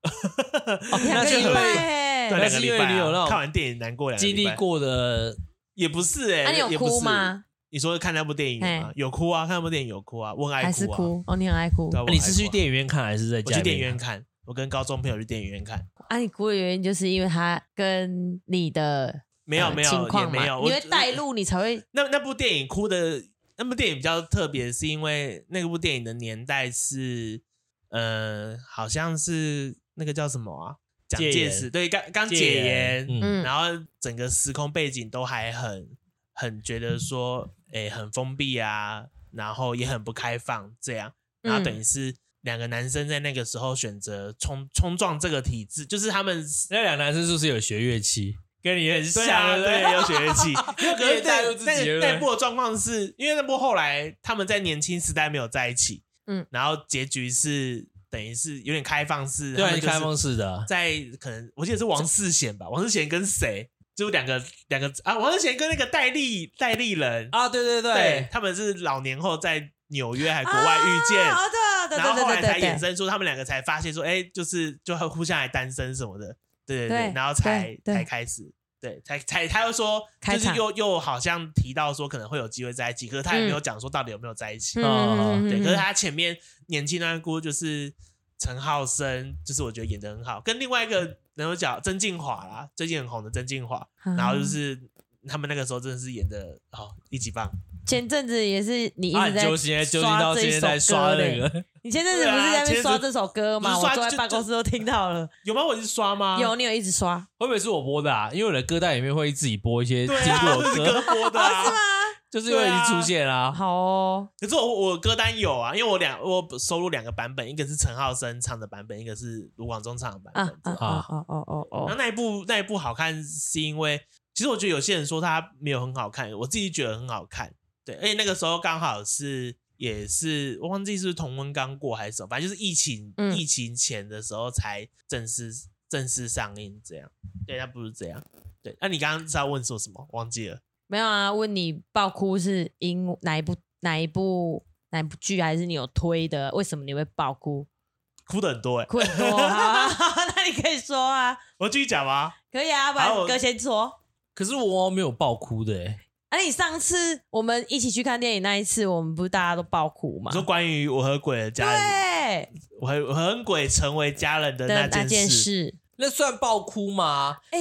Speaker 3: 两
Speaker 1: 那
Speaker 3: 个
Speaker 1: 是
Speaker 3: 礼
Speaker 1: 因为
Speaker 3: 拜
Speaker 2: 对，
Speaker 3: 欸，
Speaker 1: 那
Speaker 2: 两个
Speaker 1: 哎是因
Speaker 2: 礼
Speaker 1: 为
Speaker 2: 拜、
Speaker 1: 你有那
Speaker 2: 啊。
Speaker 1: 种
Speaker 2: 看完电影难过两个
Speaker 1: 经
Speaker 2: 礼
Speaker 1: 历
Speaker 2: 拜，
Speaker 1: 过的，
Speaker 2: 也不是哎、
Speaker 3: 那啊你
Speaker 2: 也
Speaker 3: 有
Speaker 2: 不
Speaker 3: 哭
Speaker 2: 是？
Speaker 3: 吗？
Speaker 2: 你说看那部电影吗
Speaker 3: 嘿？
Speaker 2: 有哭啊，看那部电影有哭啊，我很爱
Speaker 3: 还是
Speaker 2: 哭啊。
Speaker 3: 哭？哦，你很爱哭
Speaker 2: 对啊我
Speaker 1: 那
Speaker 2: 很
Speaker 1: 你
Speaker 2: 爱
Speaker 1: 是去
Speaker 2: 哭啊
Speaker 1: 电影院看还是在
Speaker 2: 我
Speaker 1: 家？
Speaker 2: 去电影院。看，我跟高中朋友去电影院看，
Speaker 3: 啊！你哭的原因就是因为他跟你的
Speaker 2: 没有
Speaker 3: 呃
Speaker 2: 没有
Speaker 3: 情
Speaker 2: 也
Speaker 3: 况嘛，
Speaker 2: 没有，
Speaker 3: 你
Speaker 2: 我
Speaker 3: 会带。入，你才会
Speaker 2: 那那部电影哭的，那部电影比较特别，是因为那部电影的年代是，呃，好像是那个叫什么啊？蒋
Speaker 1: 戒
Speaker 2: 介
Speaker 1: 严
Speaker 2: 石对，刚刚
Speaker 1: 戒
Speaker 2: 解
Speaker 1: 严
Speaker 2: 严，
Speaker 3: 嗯
Speaker 2: 然后整个时空背景都还很很觉得说，哎、很封闭啊，然后也很不开放这样，然后等于
Speaker 1: 嗯
Speaker 2: 是两个男生在那个时候选择冲冲撞这个体制，就是他们
Speaker 1: 那两个男生是不是有学乐器？跟你很
Speaker 2: 对啊，
Speaker 1: 像，
Speaker 2: 对，
Speaker 1: 不
Speaker 2: 有血
Speaker 1: [LAUGHS]
Speaker 2: 缘气。因为可
Speaker 1: 你
Speaker 2: 是
Speaker 1: 也带入自己
Speaker 2: 那
Speaker 1: 对不
Speaker 2: 那
Speaker 1: 对
Speaker 2: 那波的状况是，因为那波后来他们在年轻时代没有在一起，
Speaker 3: 嗯
Speaker 2: 然后结局是等于是有点开放式，
Speaker 1: 对
Speaker 2: 他
Speaker 1: 啊，
Speaker 2: 们就是
Speaker 1: 开放式的，
Speaker 2: 在可能我记得是王世贤吧，王世贤跟谁？就两个两个啊，王世贤跟那个戴笠戴笠人，
Speaker 1: 啊， [LAUGHS] 对对
Speaker 2: 对，，他们是老年后在纽约还国外遇见，
Speaker 3: 啊哦对
Speaker 2: 然后后来
Speaker 3: 对对
Speaker 2: 才
Speaker 3: 对
Speaker 2: 衍
Speaker 3: 对对，
Speaker 2: 生出他们两个才发现说，哎，就是就会互相还单身什么的，对对对，
Speaker 3: 对
Speaker 2: 然后才
Speaker 3: 对对
Speaker 2: 才开始，对，才才他又说，
Speaker 3: 开
Speaker 2: 就是
Speaker 3: 场
Speaker 2: 又又好像提到说可能会有机会在一起，可是他也没有讲说到底有没有在一起，
Speaker 3: 嗯
Speaker 1: 哦
Speaker 3: 嗯嗯
Speaker 2: 对，
Speaker 3: 嗯
Speaker 2: 可是他前面年轻那段姑就是陈浩生，就是我觉得演的很好，跟另外一个男主角曾静华啦，最近很红的曾静华，
Speaker 3: 嗯
Speaker 2: 然后就是他们那个时候真的是演的哦一级棒，
Speaker 3: 前阵子也是你一
Speaker 1: 啊，
Speaker 3: 直
Speaker 1: 很
Speaker 3: 在
Speaker 1: 揪心，揪心到现在在刷
Speaker 3: 刷这
Speaker 1: 那
Speaker 3: 一首歌嘞
Speaker 1: 个，
Speaker 3: 你前阵子不是在那边刷这首歌吗？
Speaker 2: 对啊
Speaker 3: 我
Speaker 2: 前
Speaker 3: 坐
Speaker 2: 阵子
Speaker 3: 在办公室都听到了，
Speaker 2: 有吗？我是刷吗？
Speaker 3: 有你有一直刷，
Speaker 1: [LAUGHS] 会不会是我播的啊？因为我的歌单里面会自己播一些
Speaker 2: 对
Speaker 1: 经
Speaker 2: 啊，
Speaker 1: 过
Speaker 2: 这
Speaker 1: 的
Speaker 2: 是
Speaker 1: 歌，
Speaker 2: 歌播的、啊，
Speaker 3: 是吗？
Speaker 1: 就是因为已经出现啊啦。
Speaker 3: 好哦，
Speaker 2: 可是我我歌单有啊，因为我两我收录两个版本，一个是陈浩生唱的版本，一个是卢广仲唱的版
Speaker 3: 啊
Speaker 2: 本。
Speaker 3: 啊啊哦哦哦哦，
Speaker 2: 然后那一部那一部好看，是因为其实我觉得有些人说它没有很好看，我自己觉得很好看。对，而且那个时候刚好是也是我忘记是不是同温刚过还是什么，反正就是疫情、
Speaker 3: 嗯
Speaker 2: 疫情前的时候才正式正式上映这样。对，那不是这样。对，那你刚刚是要问说什么？忘记了。
Speaker 3: 没有啊？问你爆哭是因哪一部哪一部哪一部剧，还是你有推的？为什么你会爆哭？
Speaker 2: 哭的很多哎、
Speaker 3: 困多，好啊 [LAUGHS] 那你可以说啊，
Speaker 2: 我继续讲吗？
Speaker 3: 可以啊，不然
Speaker 2: 好我
Speaker 3: 哥先说。
Speaker 1: 可是我没有爆哭的、欸，
Speaker 3: 啊，你上次我们一起去看电影那一次，我们不是大家都爆哭吗
Speaker 2: 你？说关于我和鬼的家人，
Speaker 3: 对
Speaker 2: 我和我和鬼成为家人的
Speaker 3: 的那
Speaker 2: 件
Speaker 3: 件事，
Speaker 1: 那算爆哭吗？
Speaker 3: 哎、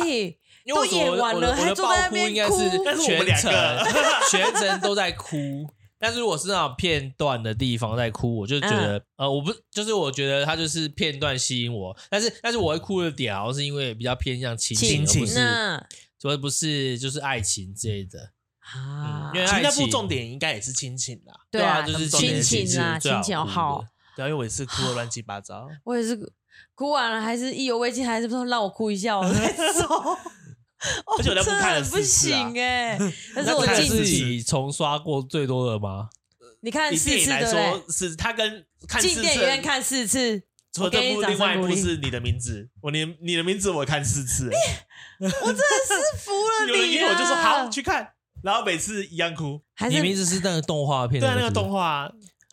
Speaker 1: 因为我
Speaker 3: 都演
Speaker 1: 我的
Speaker 3: 完
Speaker 1: 我的
Speaker 3: 了
Speaker 1: 我
Speaker 3: 还
Speaker 1: 的
Speaker 3: 坐
Speaker 1: 爆
Speaker 3: 在那
Speaker 1: 哭
Speaker 3: 边
Speaker 1: 应该
Speaker 3: 哭
Speaker 1: 是
Speaker 2: 但是我
Speaker 1: 全
Speaker 2: 们两
Speaker 1: 程
Speaker 2: 个
Speaker 1: [LAUGHS] 全程都在哭。但是如果是那种片段的地方在哭，我就觉得、
Speaker 3: 嗯
Speaker 1: 呃，我不就是我觉得它就是片段吸引我，但是但是我会哭的点好像是因为比较偏向亲情，而
Speaker 2: 亲
Speaker 1: 不
Speaker 2: 情
Speaker 1: 是
Speaker 3: 那
Speaker 1: 而不是就是爱情之类的。
Speaker 3: 啊
Speaker 1: 因为
Speaker 2: 其实那
Speaker 1: 爱
Speaker 2: 部
Speaker 1: 情
Speaker 2: 重点应该也是亲情啦，
Speaker 3: 对
Speaker 1: 啊
Speaker 3: 啊，
Speaker 1: 就是重
Speaker 3: 亲
Speaker 1: 点其
Speaker 3: 情
Speaker 1: 实
Speaker 3: 啊，
Speaker 1: 是最好
Speaker 3: 亲情
Speaker 1: 哭的
Speaker 3: 好，
Speaker 2: 对啊，因为我也是哭的乱七
Speaker 3: [SIGHS]
Speaker 2: 八糟。
Speaker 3: 我也是哭完了，还是意犹未尽，还是说让我哭一下，我哦再走。
Speaker 2: [LAUGHS] 而且我那部
Speaker 3: 真的
Speaker 2: 看了
Speaker 3: 很不
Speaker 2: 四次啊
Speaker 3: 行
Speaker 2: [LAUGHS]
Speaker 3: 哎、但是
Speaker 1: 那
Speaker 3: 我
Speaker 1: 这个
Speaker 2: 看了
Speaker 3: 禁
Speaker 1: 是
Speaker 2: 四次
Speaker 3: 止，
Speaker 1: 你重刷过最多的吗？
Speaker 3: 你看
Speaker 2: 以
Speaker 3: 四
Speaker 2: 电
Speaker 3: 次
Speaker 2: 影
Speaker 3: 对
Speaker 2: 来
Speaker 3: 不对？
Speaker 2: 说，是它跟看
Speaker 3: 进
Speaker 2: 四
Speaker 3: 电影院
Speaker 2: 次，
Speaker 3: 看四次，
Speaker 2: 除了
Speaker 3: 我给
Speaker 2: 这
Speaker 3: 你
Speaker 2: 部，
Speaker 3: 掌
Speaker 2: 另
Speaker 3: 声
Speaker 2: 外一
Speaker 3: 鼓
Speaker 2: 部
Speaker 3: 励
Speaker 2: 是你的名字，我连你的名字我看四次，
Speaker 3: 服了
Speaker 2: [LAUGHS] 有人
Speaker 3: 你、
Speaker 2: 约
Speaker 3: 啊。
Speaker 2: 我就说好去看，然后每次一样哭。
Speaker 3: 还
Speaker 1: 你名
Speaker 3: 是
Speaker 1: 字是那个动画片
Speaker 2: 对
Speaker 1: 的
Speaker 2: 啊，
Speaker 1: 是不
Speaker 2: 那
Speaker 1: 是，
Speaker 2: 个动画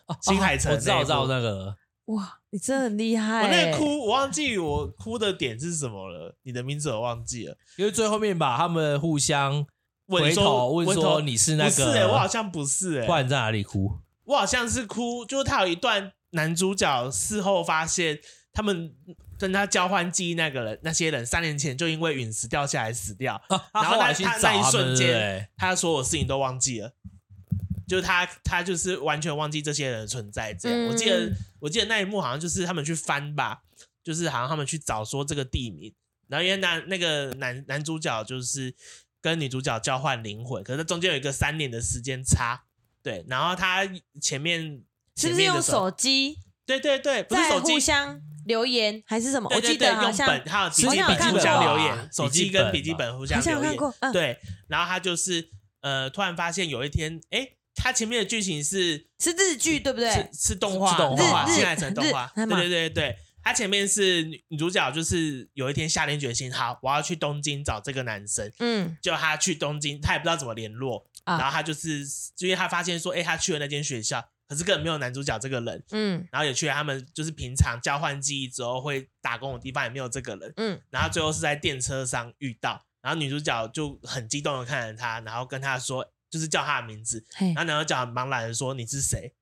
Speaker 1: 哦
Speaker 2: 新海诚
Speaker 1: 我知道，
Speaker 2: 那一
Speaker 1: 我
Speaker 2: 部
Speaker 1: 知道那个。
Speaker 3: 哇，你真的很厉害、
Speaker 2: 我那
Speaker 3: 欸。
Speaker 2: 个哭，我忘记我哭的点是什么了。你的名字我忘记了。
Speaker 1: 因为最后面吧，他们互相
Speaker 2: 问
Speaker 1: 回
Speaker 2: 说
Speaker 1: 头问
Speaker 2: 回
Speaker 1: 说
Speaker 2: 头
Speaker 1: 你是那个，
Speaker 2: 不是、欸？我好像不是哎、
Speaker 1: 不然你在哪里哭？
Speaker 2: 我好像是哭，就是他有一段男主角事后发现他们。跟他交换记忆那个人，那些人三年前就因为陨石掉下来死掉。
Speaker 1: 啊
Speaker 2: [LAUGHS] 然后
Speaker 1: 后来
Speaker 2: 那
Speaker 1: 去
Speaker 2: 他
Speaker 1: 找
Speaker 2: 那一
Speaker 1: 他
Speaker 2: 瞬
Speaker 1: 们，对不
Speaker 2: 间
Speaker 1: 对？
Speaker 2: 他所有事情都忘记了，就是他他就是完全忘记这些人的存在。这样，
Speaker 3: 嗯
Speaker 2: 我记得我记得那一幕好像就是他们去翻吧，就是好像他们去找说这个地名，然后因为男那个男男主角就是跟女主角交换灵魂，可是中间有一个三年的时间差，对，然后他前面
Speaker 3: 是
Speaker 2: 前
Speaker 3: 不是
Speaker 2: 面
Speaker 3: 用
Speaker 2: 的时候
Speaker 3: 手机
Speaker 2: 对对对，不是
Speaker 3: 在
Speaker 2: 手
Speaker 3: 互
Speaker 2: 机。
Speaker 3: 相留言还是什么？
Speaker 2: 对对对，
Speaker 3: 我记得好
Speaker 2: 用
Speaker 3: 像
Speaker 2: 本还
Speaker 3: 好
Speaker 2: 有笔记
Speaker 3: 像有看
Speaker 2: 本互
Speaker 3: 过
Speaker 2: 相
Speaker 3: 吧
Speaker 2: 留言，手
Speaker 1: 笔记
Speaker 2: 机跟
Speaker 1: 本
Speaker 2: 笔记
Speaker 1: 吧
Speaker 2: 本互
Speaker 3: 好
Speaker 2: 相
Speaker 3: 像有
Speaker 2: 留
Speaker 3: 看
Speaker 2: 言。
Speaker 3: 过。嗯，
Speaker 2: 对，然后他就是呃，突然发现有一天，哎，他前面的剧情是
Speaker 3: 是日剧对不
Speaker 2: 是
Speaker 3: 对？
Speaker 2: 是动画，
Speaker 1: 是动
Speaker 3: 画日
Speaker 2: 新海诚
Speaker 3: 日
Speaker 2: 动画，
Speaker 3: 日
Speaker 2: 对对对对。他前面是女女主角，就是有一天下定决心，好，我要去东京找这个男生。
Speaker 3: 嗯
Speaker 2: 就他去东京，他也不知道怎么联络，
Speaker 3: 啊
Speaker 2: 然后他就是因为他发现说，哎、他去了那间学校，可是根本没有男主角这个人，
Speaker 3: 嗯
Speaker 2: 然后也去了他们就是平常交换记忆之后会打工的地方也没有这个人，
Speaker 3: 嗯，
Speaker 2: 然后最后是在电车上遇到，然后女主角就很激动的看着他，然后跟他说，就是叫他的名字，
Speaker 3: 嘿
Speaker 2: 然后男主角很茫然的说你是谁？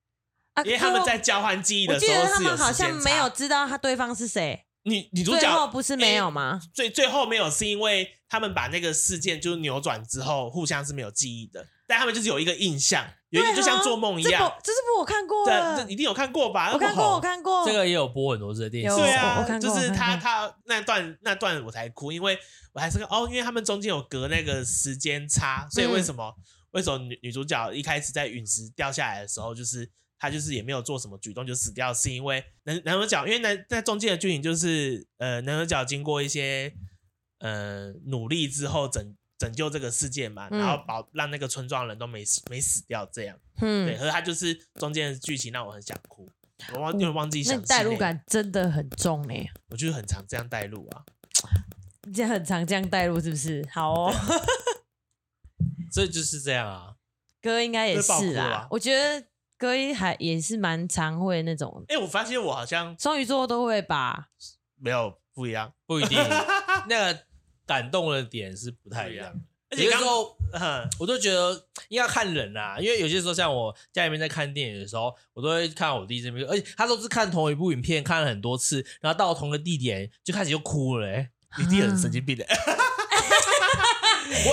Speaker 3: 啊
Speaker 2: 因为他们在交换记忆
Speaker 3: 我
Speaker 2: 的时
Speaker 3: 记得
Speaker 2: 候
Speaker 3: 他
Speaker 2: 是有
Speaker 3: 们好
Speaker 2: 时
Speaker 3: 像
Speaker 2: 间
Speaker 3: 没有
Speaker 2: 差。
Speaker 3: 知道他对方是谁，
Speaker 2: 女女主
Speaker 3: 最后
Speaker 2: 角哎
Speaker 3: 不是没有吗？
Speaker 2: 最最后没有，是因为他们把那个事件就是扭转之后，互相是没有记忆的，但他们就是有一个印象，有一
Speaker 3: 对
Speaker 2: 个
Speaker 3: 啊
Speaker 2: 就像做梦一
Speaker 3: 这
Speaker 2: 样
Speaker 3: 部。这是不我看过
Speaker 2: 对，啊
Speaker 3: 了
Speaker 2: 这，一定有看过吧？
Speaker 3: 我看过，我
Speaker 2: 看。
Speaker 3: 看过
Speaker 1: 这个也有播很多次的电视，
Speaker 3: 哦有
Speaker 2: 对
Speaker 3: 我
Speaker 2: 啊
Speaker 3: 哦我看，过
Speaker 2: 就是
Speaker 3: 我看
Speaker 2: 他
Speaker 3: 过
Speaker 2: 他那段那段我才哭，因为我还是个哦，因为他们中间有隔那个时间差，所以
Speaker 3: 嗯
Speaker 2: 为什么、为什么女女主角一开始在陨石掉下来的时候，就是她就是也没有做什么举动就死掉，是因为男男主角因为男在中间的剧情就是呃男主角经过一些呃努力之后拯拯救这个世界嘛，
Speaker 3: 嗯
Speaker 2: 然后保让那个村庄的人都没死没死掉这样，对，
Speaker 3: 嗯，
Speaker 2: 可是他就是中间的剧情让我很想哭。我忘，因为忘记
Speaker 3: 那
Speaker 2: 想
Speaker 3: 你代入
Speaker 2: 细内容
Speaker 3: 感真的很重呢、
Speaker 2: 我就是很常这样带路啊，
Speaker 3: 你这很常这样代入是不是？好哦，
Speaker 1: 这就是这样啊。
Speaker 3: 哥应该也是
Speaker 2: 会爆哭
Speaker 3: 啦
Speaker 2: 啊。
Speaker 3: 我觉得哥还也是蛮常会那种
Speaker 2: 哎、我发现我好像
Speaker 3: 双鱼座都会吧。
Speaker 2: 没有不一样，
Speaker 1: 不一
Speaker 2: [LAUGHS]
Speaker 1: 定，那个感动的点是不太一样的。
Speaker 2: [LAUGHS]
Speaker 1: 有
Speaker 2: 而且
Speaker 1: 些
Speaker 2: 刚
Speaker 1: 时候
Speaker 2: 嗯，
Speaker 1: 我都觉得应该看人啦、因为有些时候像我家里面在看电影的时候，我都会看我弟这边，而且他都是看同一部影片看了很多次，然后到同个地点就开始就哭了、欸。
Speaker 2: 你弟很神经病
Speaker 3: [LAUGHS]
Speaker 2: 的、
Speaker 1: 啊
Speaker 3: 你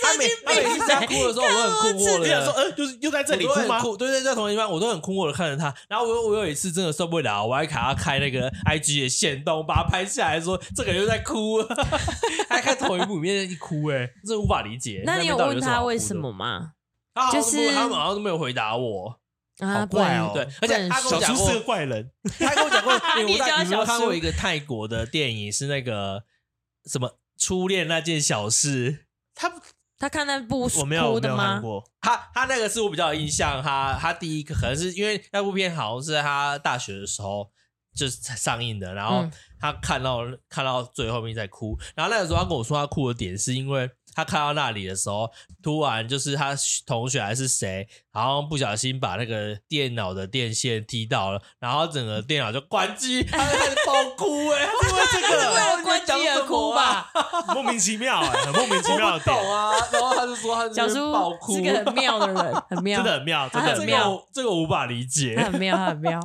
Speaker 1: 他每他每次这样哭的时候，我都很困惑
Speaker 2: [LAUGHS]
Speaker 1: 的。
Speaker 2: 你想说，呃，就是又在这里
Speaker 1: 我都
Speaker 2: 哭
Speaker 1: 很
Speaker 2: 吗？
Speaker 1: 哭对对，在同一班，我都很困惑的看着他。然后我有我有一次真的受不了，我还卡他开那个 IG 的线动，把他拍下来说这个人又在哭， [LAUGHS] 还看同一部里面一哭、欸，哎，这无法理解。
Speaker 3: 那你有
Speaker 1: 边到底
Speaker 3: 问
Speaker 1: 什么
Speaker 3: 他
Speaker 1: 好哭
Speaker 3: 为
Speaker 1: 的
Speaker 3: 什么？吗？
Speaker 1: 他好像
Speaker 3: 就是
Speaker 1: 不他们好像都没有回答我。
Speaker 3: 啊，
Speaker 2: 好
Speaker 3: 不然
Speaker 2: 怪哦
Speaker 1: 对，而且他跟
Speaker 2: 小
Speaker 1: 我讲
Speaker 2: 叔
Speaker 1: 过
Speaker 2: 是，个怪人，
Speaker 1: 他跟我
Speaker 3: [LAUGHS]
Speaker 1: 讲过，欸
Speaker 3: 你
Speaker 1: 我
Speaker 3: 叫
Speaker 1: 大你有没有
Speaker 3: 小
Speaker 1: 看
Speaker 3: 叔
Speaker 1: 过一个泰国的电影，是那个什么初恋那件小事。
Speaker 2: 他
Speaker 3: 他看那部
Speaker 2: 我没有
Speaker 3: 哭
Speaker 2: 我没
Speaker 3: 的
Speaker 2: 有
Speaker 3: 吗
Speaker 2: 看？过，
Speaker 1: 他他那个是我比较有印象，他他第一个可能是因为那部片好像是在他大学的时候就是上映的，然后
Speaker 3: 嗯
Speaker 1: 他看到看到最后面在哭，然后那个时候他跟我说他哭的点是因为他看到那里的时候，突然就是他同学还是谁，好像不小心把那个电脑的电线踢到了，然后整个电脑就关机，他就开始爆哭哎、欸，因为这
Speaker 3: 是为
Speaker 1: 个
Speaker 3: 了关机而哭
Speaker 2: 啊
Speaker 3: 吧？
Speaker 2: 莫名其妙哎、很莫名其妙
Speaker 1: 我
Speaker 2: 的
Speaker 1: 不
Speaker 2: 点，
Speaker 1: 懂啊，然后他就说他
Speaker 3: 小
Speaker 1: 就是
Speaker 3: 叔
Speaker 1: 爆哭，
Speaker 3: 是个很妙的人，很妙，
Speaker 2: 真的很妙，真
Speaker 3: 他
Speaker 2: 的
Speaker 1: 这
Speaker 3: 很
Speaker 1: 个
Speaker 3: 妙
Speaker 1: 我这个我无法理解
Speaker 3: 他
Speaker 1: [LAUGHS]
Speaker 3: 很妙，他很妙，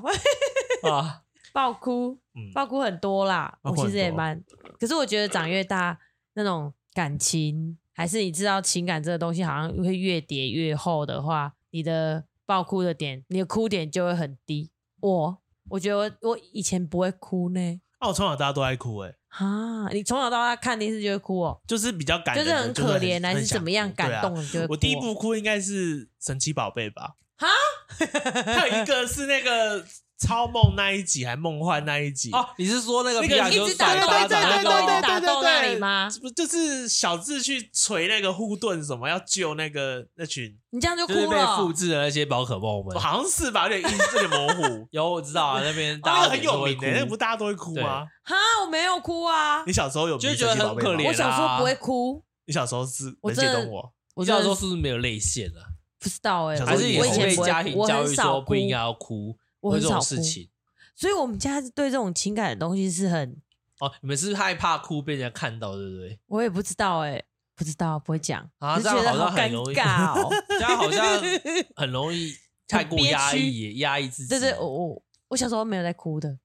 Speaker 1: 啊。
Speaker 3: 爆哭
Speaker 2: 嗯，
Speaker 3: 爆哭很多啦。
Speaker 1: 爆
Speaker 3: 我
Speaker 1: 哭很多
Speaker 3: 其实也蛮，可是我觉得长越大，那种感情，还是你知道情感这个东西，好像会越叠越厚的话，你的爆哭的点，你的哭点就会很低。我我觉得我我以前不会哭呢，
Speaker 2: 那啊我从小到大都爱哭哎、
Speaker 3: 啊，你从小到大看电视就会哭哦，
Speaker 2: 就是比较感
Speaker 3: 就
Speaker 2: 人
Speaker 3: 是
Speaker 2: 的，
Speaker 3: 很可
Speaker 1: 啊
Speaker 3: 怜还
Speaker 2: 还
Speaker 3: 是怎么样感动你就会哭哦。
Speaker 2: 啊我第一部哭应该是神奇宝贝吧？
Speaker 3: 哈，
Speaker 2: 还有一个是那个超梦那一集，还梦幻那一集，
Speaker 1: 哦，你是说那个
Speaker 2: 那
Speaker 1: 皮
Speaker 2: 个
Speaker 1: 卡
Speaker 3: 一
Speaker 1: 丘
Speaker 3: 直
Speaker 1: 甩
Speaker 3: 打
Speaker 2: 对
Speaker 3: 斗，
Speaker 1: 巴
Speaker 3: 一
Speaker 2: 对
Speaker 1: 掌
Speaker 3: 直打斗，一直
Speaker 2: 对对对对
Speaker 3: 打斗那里吗？
Speaker 2: 不就是小智去锤那个护盾什么，要救那个那群，
Speaker 3: 你这样就
Speaker 1: 就是
Speaker 3: 哭
Speaker 1: 被复
Speaker 3: 了。
Speaker 1: 制的那些宝可梦们？。
Speaker 2: 好像是吧？有点印有点模糊
Speaker 1: 有我知道啊，那边
Speaker 2: 哦那
Speaker 1: 大
Speaker 2: 个
Speaker 1: 家
Speaker 2: 很有名的、那个不
Speaker 1: 欸不
Speaker 2: 大家都会哭吗？
Speaker 3: 哈，我没有哭啊
Speaker 2: 你，小时候有迷
Speaker 1: 就是觉得
Speaker 2: 神奇宝
Speaker 1: 很
Speaker 2: 贝
Speaker 1: 可
Speaker 2: 吗
Speaker 1: 怜
Speaker 3: 我小时候不会哭，
Speaker 2: 你小时候是
Speaker 3: 我
Speaker 2: 能
Speaker 3: 真
Speaker 2: 解
Speaker 3: 的
Speaker 2: 懂我？
Speaker 3: 我
Speaker 1: 知道
Speaker 3: 真
Speaker 1: 说
Speaker 3: 的
Speaker 1: 是不是没有泪腺了，
Speaker 3: 不知道哎、
Speaker 2: 小
Speaker 3: 我
Speaker 2: 时
Speaker 1: 还
Speaker 2: 候
Speaker 1: 是
Speaker 2: 也
Speaker 1: 你
Speaker 3: 我以
Speaker 1: 是
Speaker 3: 前
Speaker 1: 被
Speaker 3: 不
Speaker 1: 家
Speaker 3: 会，
Speaker 1: 庭
Speaker 3: 我
Speaker 1: 教育
Speaker 3: 很少
Speaker 1: 说
Speaker 3: 哭，
Speaker 1: 不应该要哭，
Speaker 3: 我
Speaker 1: 会
Speaker 3: 很
Speaker 1: 这种
Speaker 3: 少哭
Speaker 1: 事，情
Speaker 3: 所以我们家对这种情感的东西是很，
Speaker 1: 哦？你们是害怕哭被人家看到，对不对？
Speaker 3: 我也不知道哎、不知道不会讲，
Speaker 1: 啊
Speaker 3: 就觉
Speaker 1: 这
Speaker 3: 得
Speaker 1: 样好像
Speaker 3: 尴
Speaker 1: 很容易
Speaker 3: 尬哦。
Speaker 1: [LAUGHS] 这样好像
Speaker 3: [LAUGHS]
Speaker 1: 很容易太过压
Speaker 3: 憋
Speaker 1: 抑，压抑自己。啊
Speaker 3: 对对，我我我小时候没有在哭的，
Speaker 2: 我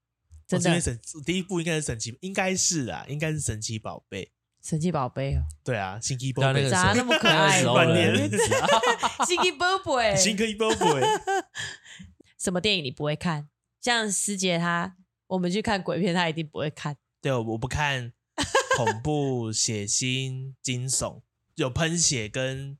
Speaker 3: 真
Speaker 2: 这
Speaker 3: 的
Speaker 2: 边神第一部应该是神奇，应该是啊，应该是神奇宝贝。
Speaker 3: 神奇宝
Speaker 2: [LAUGHS]
Speaker 3: 贝哦，
Speaker 2: 对啊，新奇宝
Speaker 1: 那那
Speaker 2: 贝
Speaker 1: 个，
Speaker 3: 咋那么可
Speaker 1: 那
Speaker 2: [LAUGHS]
Speaker 3: 爱？
Speaker 1: 时候
Speaker 2: 乱
Speaker 1: 的
Speaker 2: 念
Speaker 1: 日子
Speaker 2: [LAUGHS]
Speaker 1: 啊
Speaker 3: 神奇宝贝，
Speaker 2: 新奇宝贝，
Speaker 3: 什么电影你不会看？像师姐她，我们去看鬼片，她一定不会看。
Speaker 2: 对，我我不
Speaker 3: [LAUGHS]
Speaker 2: 看恐怖、血腥、惊悚，有喷血跟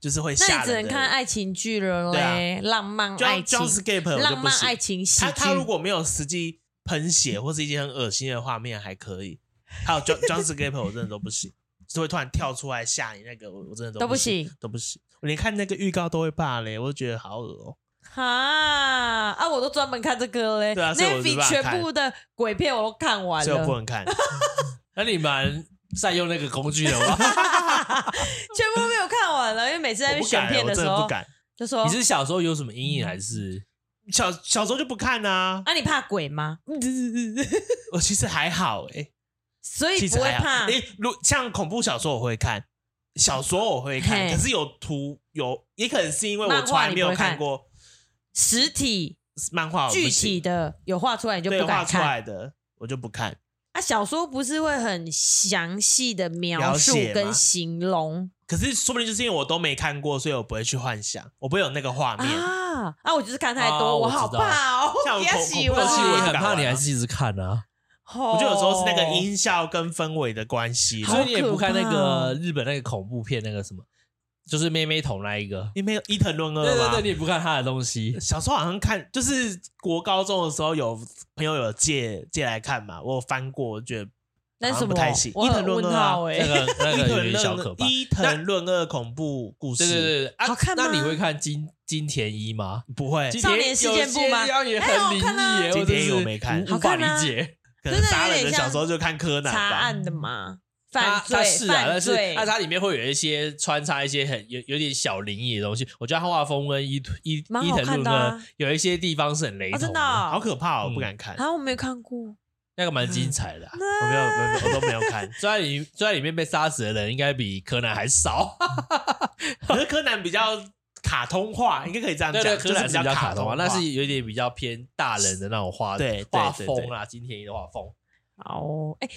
Speaker 2: 就是会
Speaker 3: 那
Speaker 2: 吓
Speaker 3: 你只
Speaker 2: 人
Speaker 3: 能
Speaker 2: 的。
Speaker 3: 看爱情剧了
Speaker 2: 对啊
Speaker 3: 嘞，浪漫爱
Speaker 2: John
Speaker 3: 情
Speaker 2: John Scape 我就
Speaker 3: 浪
Speaker 2: 不
Speaker 3: 漫爱
Speaker 2: 行。
Speaker 3: 情喜
Speaker 2: 他
Speaker 3: 剧。
Speaker 2: 他如果没有实际喷血或是一些很恶心的画面还可以，还有 John John Scape 我真的都不行，就会突然跳出来吓你那个，我我真的
Speaker 3: 都
Speaker 2: 都
Speaker 3: 不
Speaker 2: 不
Speaker 3: 行，
Speaker 2: 都不行。我连看那个预告都会怕嘞，我就觉得好恶哦。
Speaker 3: 哈啊，我都专门看这个嘞，
Speaker 2: 对啊所以我
Speaker 3: Netflix
Speaker 2: 没办法看
Speaker 3: 全部的鬼片我都看完
Speaker 2: 所以
Speaker 3: 了
Speaker 2: 我，不能看。
Speaker 1: 那你蛮善用那个工具的吗？
Speaker 3: [LAUGHS] 全部都没有看完了，因为每次在那
Speaker 2: 我
Speaker 3: 边
Speaker 2: 不
Speaker 3: 选
Speaker 2: 敢，
Speaker 3: 片
Speaker 2: 我
Speaker 3: 时
Speaker 2: 真的
Speaker 3: 候
Speaker 2: 不敢。
Speaker 3: 就说
Speaker 1: 你是小时候有什么阴影还是？
Speaker 2: 小小时候就不看啊，
Speaker 3: 啊，你怕鬼吗？
Speaker 2: [LAUGHS] 我其实还好哎、
Speaker 3: 所以
Speaker 2: 其
Speaker 3: 不
Speaker 2: 实
Speaker 3: 会
Speaker 2: 还好
Speaker 3: 怕。
Speaker 2: 诶如像恐怖小说我会看，小说我会看，
Speaker 3: 嘿
Speaker 2: 可是有图有，也可能是因为
Speaker 3: 漫
Speaker 2: 我
Speaker 3: 画
Speaker 2: 从来
Speaker 3: 你
Speaker 2: 没
Speaker 3: 不
Speaker 2: 有
Speaker 3: 会看
Speaker 2: 看过
Speaker 3: 实体
Speaker 2: 漫画，哦我不
Speaker 3: 具
Speaker 2: 行
Speaker 3: 体的有画出来，你就
Speaker 2: 对
Speaker 3: 不
Speaker 2: 画
Speaker 3: 敢
Speaker 2: 出
Speaker 3: 看。
Speaker 2: 来的我就不看。
Speaker 3: 啊，小说不是会很详细的描
Speaker 2: 描
Speaker 3: 述
Speaker 2: 写
Speaker 3: 跟
Speaker 2: 吗
Speaker 3: 形容
Speaker 2: 可是说不定就是因为我都没看过，所以我不会去幻想，我不会有那个画面。
Speaker 3: 啊啊！我就是看太
Speaker 1: 啊
Speaker 3: 多，
Speaker 1: 我知
Speaker 3: 好
Speaker 1: 道
Speaker 3: 怕哦，
Speaker 2: 像
Speaker 3: 不
Speaker 2: 恐
Speaker 3: 要
Speaker 2: 恐
Speaker 3: 洗
Speaker 2: 怖
Speaker 3: 我
Speaker 2: 游戏
Speaker 1: 我
Speaker 2: 也
Speaker 1: 很
Speaker 2: 敢
Speaker 1: 怕
Speaker 2: 玩
Speaker 1: 你还
Speaker 2: 啊
Speaker 1: 是一直看啊。
Speaker 3: 我
Speaker 2: 我觉得有时候是那个音效跟氛围的关系啦，
Speaker 3: 哦
Speaker 1: 所
Speaker 3: 好
Speaker 1: 以你也不看那
Speaker 3: 可怕
Speaker 1: 个
Speaker 3: 哦
Speaker 1: 日本那个恐怖片那个什么，就是妹妹头那一个。
Speaker 2: 你没有伊藤润二
Speaker 1: 对
Speaker 2: 吗？
Speaker 1: 对对，你也不看他的东西。
Speaker 2: 小时候好像看，就是国高中的时候有朋友有借借来看嘛，我有翻过，我觉得
Speaker 3: 那
Speaker 2: 好
Speaker 3: 是
Speaker 2: 像
Speaker 3: 什么
Speaker 2: 不太行
Speaker 3: 我
Speaker 2: 伊藤
Speaker 3: 很
Speaker 2: 润
Speaker 3: 问
Speaker 2: 二啊
Speaker 3: 号
Speaker 1: [LAUGHS]
Speaker 3: 哎、
Speaker 1: 那个那
Speaker 2: 伊
Speaker 1: 个有
Speaker 2: 藤
Speaker 1: 点小可
Speaker 2: 润
Speaker 1: 怕
Speaker 2: 二。伊藤润二恐怖故事，
Speaker 1: 对对对对，啊
Speaker 3: 好看吗
Speaker 1: 那你会看金金田一吗？
Speaker 2: 不会，
Speaker 1: 金
Speaker 3: 少
Speaker 1: 田
Speaker 3: 年事件簿吗
Speaker 1: 有些地方也
Speaker 3: 哎
Speaker 1: 很
Speaker 3: 好
Speaker 1: 灵
Speaker 3: 看啊
Speaker 1: 异耶，
Speaker 2: 金田一
Speaker 1: 真的是
Speaker 2: 我没看
Speaker 1: 无无法
Speaker 3: 好看啊
Speaker 1: 理解。
Speaker 2: 可
Speaker 3: 真
Speaker 2: 能
Speaker 3: 的
Speaker 2: 杀
Speaker 3: 有
Speaker 2: 人
Speaker 3: 点
Speaker 2: 的
Speaker 3: 像
Speaker 2: 小时候就看柯南
Speaker 3: 查
Speaker 2: 吧，
Speaker 3: 案的嘛，
Speaker 1: 它
Speaker 3: [LAUGHS] 犯罪、
Speaker 1: 它是啊，
Speaker 3: 犯
Speaker 1: 但是
Speaker 3: 罪
Speaker 1: 但它里面会有一些穿插一些很有有点小灵异的东西。我觉得它画风跟伊伊
Speaker 3: 蛮
Speaker 1: 伊
Speaker 3: 好
Speaker 1: 藤
Speaker 3: 看
Speaker 1: 润
Speaker 3: 的
Speaker 1: 二
Speaker 3: 啊
Speaker 1: 有一些地方是很雷
Speaker 3: 哦，
Speaker 1: 同
Speaker 3: 真的、
Speaker 2: 好
Speaker 3: 哦，
Speaker 2: 可怕、哦，
Speaker 1: 嗯
Speaker 2: 我不敢看，
Speaker 3: 啊，我没有看过，
Speaker 1: 那个蛮精彩的啊。。
Speaker 2: 我没有，我没有我都没有看
Speaker 3: [LAUGHS]
Speaker 1: 虽然里虽然里面被杀死的人应该比柯南还
Speaker 2: [LAUGHS]
Speaker 1: 少，
Speaker 2: 可是柯南比较卡通化，应该可以这样
Speaker 1: 对对，
Speaker 2: 讲，
Speaker 1: 柯南
Speaker 2: 就是
Speaker 1: 比较卡
Speaker 2: 通
Speaker 1: 通啊，那是有点比较偏大人的那种画
Speaker 2: 对对
Speaker 1: 画
Speaker 2: 对
Speaker 1: 风啊，金田一的画风。
Speaker 3: 好哦，哎、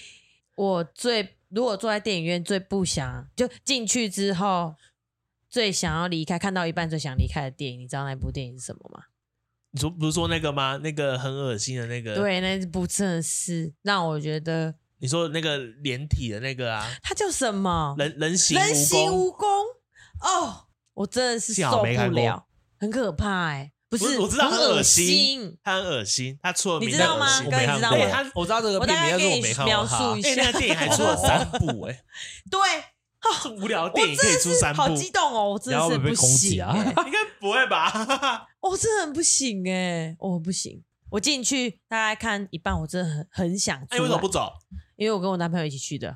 Speaker 3: 我最如果坐在电影院最不想就进去之后最想要离开，看到一半最想离开的电影，你知道那部电影是什么吗？
Speaker 2: 你说不是说那个吗？那个很恶心的那个，，
Speaker 3: 对，那部真的是让我觉得
Speaker 2: 你说那个连体的那个啊，
Speaker 3: 它叫什么？
Speaker 2: 人人形
Speaker 3: 哦人
Speaker 2: 蜈
Speaker 3: 形
Speaker 2: 蚣。
Speaker 3: 蜈蚣哦，我真的是
Speaker 2: 幸
Speaker 3: 受
Speaker 2: 好没
Speaker 3: 不
Speaker 2: 看
Speaker 3: 了
Speaker 2: 过，
Speaker 3: 很可怕哎、不
Speaker 2: 不
Speaker 3: 是，
Speaker 2: 是我知道
Speaker 3: 很
Speaker 2: 很
Speaker 3: 恶
Speaker 2: 恶心
Speaker 3: 心
Speaker 2: 他很恶心，他出了名
Speaker 3: 你
Speaker 2: 的
Speaker 3: 知道吗
Speaker 2: 恶
Speaker 1: 我
Speaker 2: 心
Speaker 3: 哥
Speaker 1: 没
Speaker 3: 你
Speaker 1: 看
Speaker 3: 知道
Speaker 1: 过
Speaker 3: 吗
Speaker 1: 他，我知道这个
Speaker 3: 我
Speaker 1: 片
Speaker 3: 大
Speaker 1: 名，
Speaker 3: 概
Speaker 1: 但是
Speaker 3: 给
Speaker 1: 我
Speaker 3: 你
Speaker 1: 没看过
Speaker 3: 描
Speaker 1: 它
Speaker 3: 述一
Speaker 2: 哎、那
Speaker 3: 下，
Speaker 2: 个电影还
Speaker 3: [LAUGHS]
Speaker 2: 出了三部哎、 [LAUGHS]
Speaker 3: 对，
Speaker 2: 这无聊
Speaker 3: 我
Speaker 2: 电影可以
Speaker 3: 真
Speaker 2: 出
Speaker 3: 的是
Speaker 2: 三部，
Speaker 3: 好激动哦，我真
Speaker 1: 然
Speaker 3: 的
Speaker 1: 后
Speaker 3: 是
Speaker 1: 会被
Speaker 3: 不
Speaker 1: 攻击
Speaker 3: 行
Speaker 1: 啊
Speaker 3: 欸、
Speaker 2: 应该不会吧？
Speaker 3: 我真的很不行哎、我不行，我进去大概看一半，我真的很很想出
Speaker 2: 那
Speaker 3: 来。
Speaker 2: 你哎为什么不走？
Speaker 3: 因为我跟我男朋友一起去的，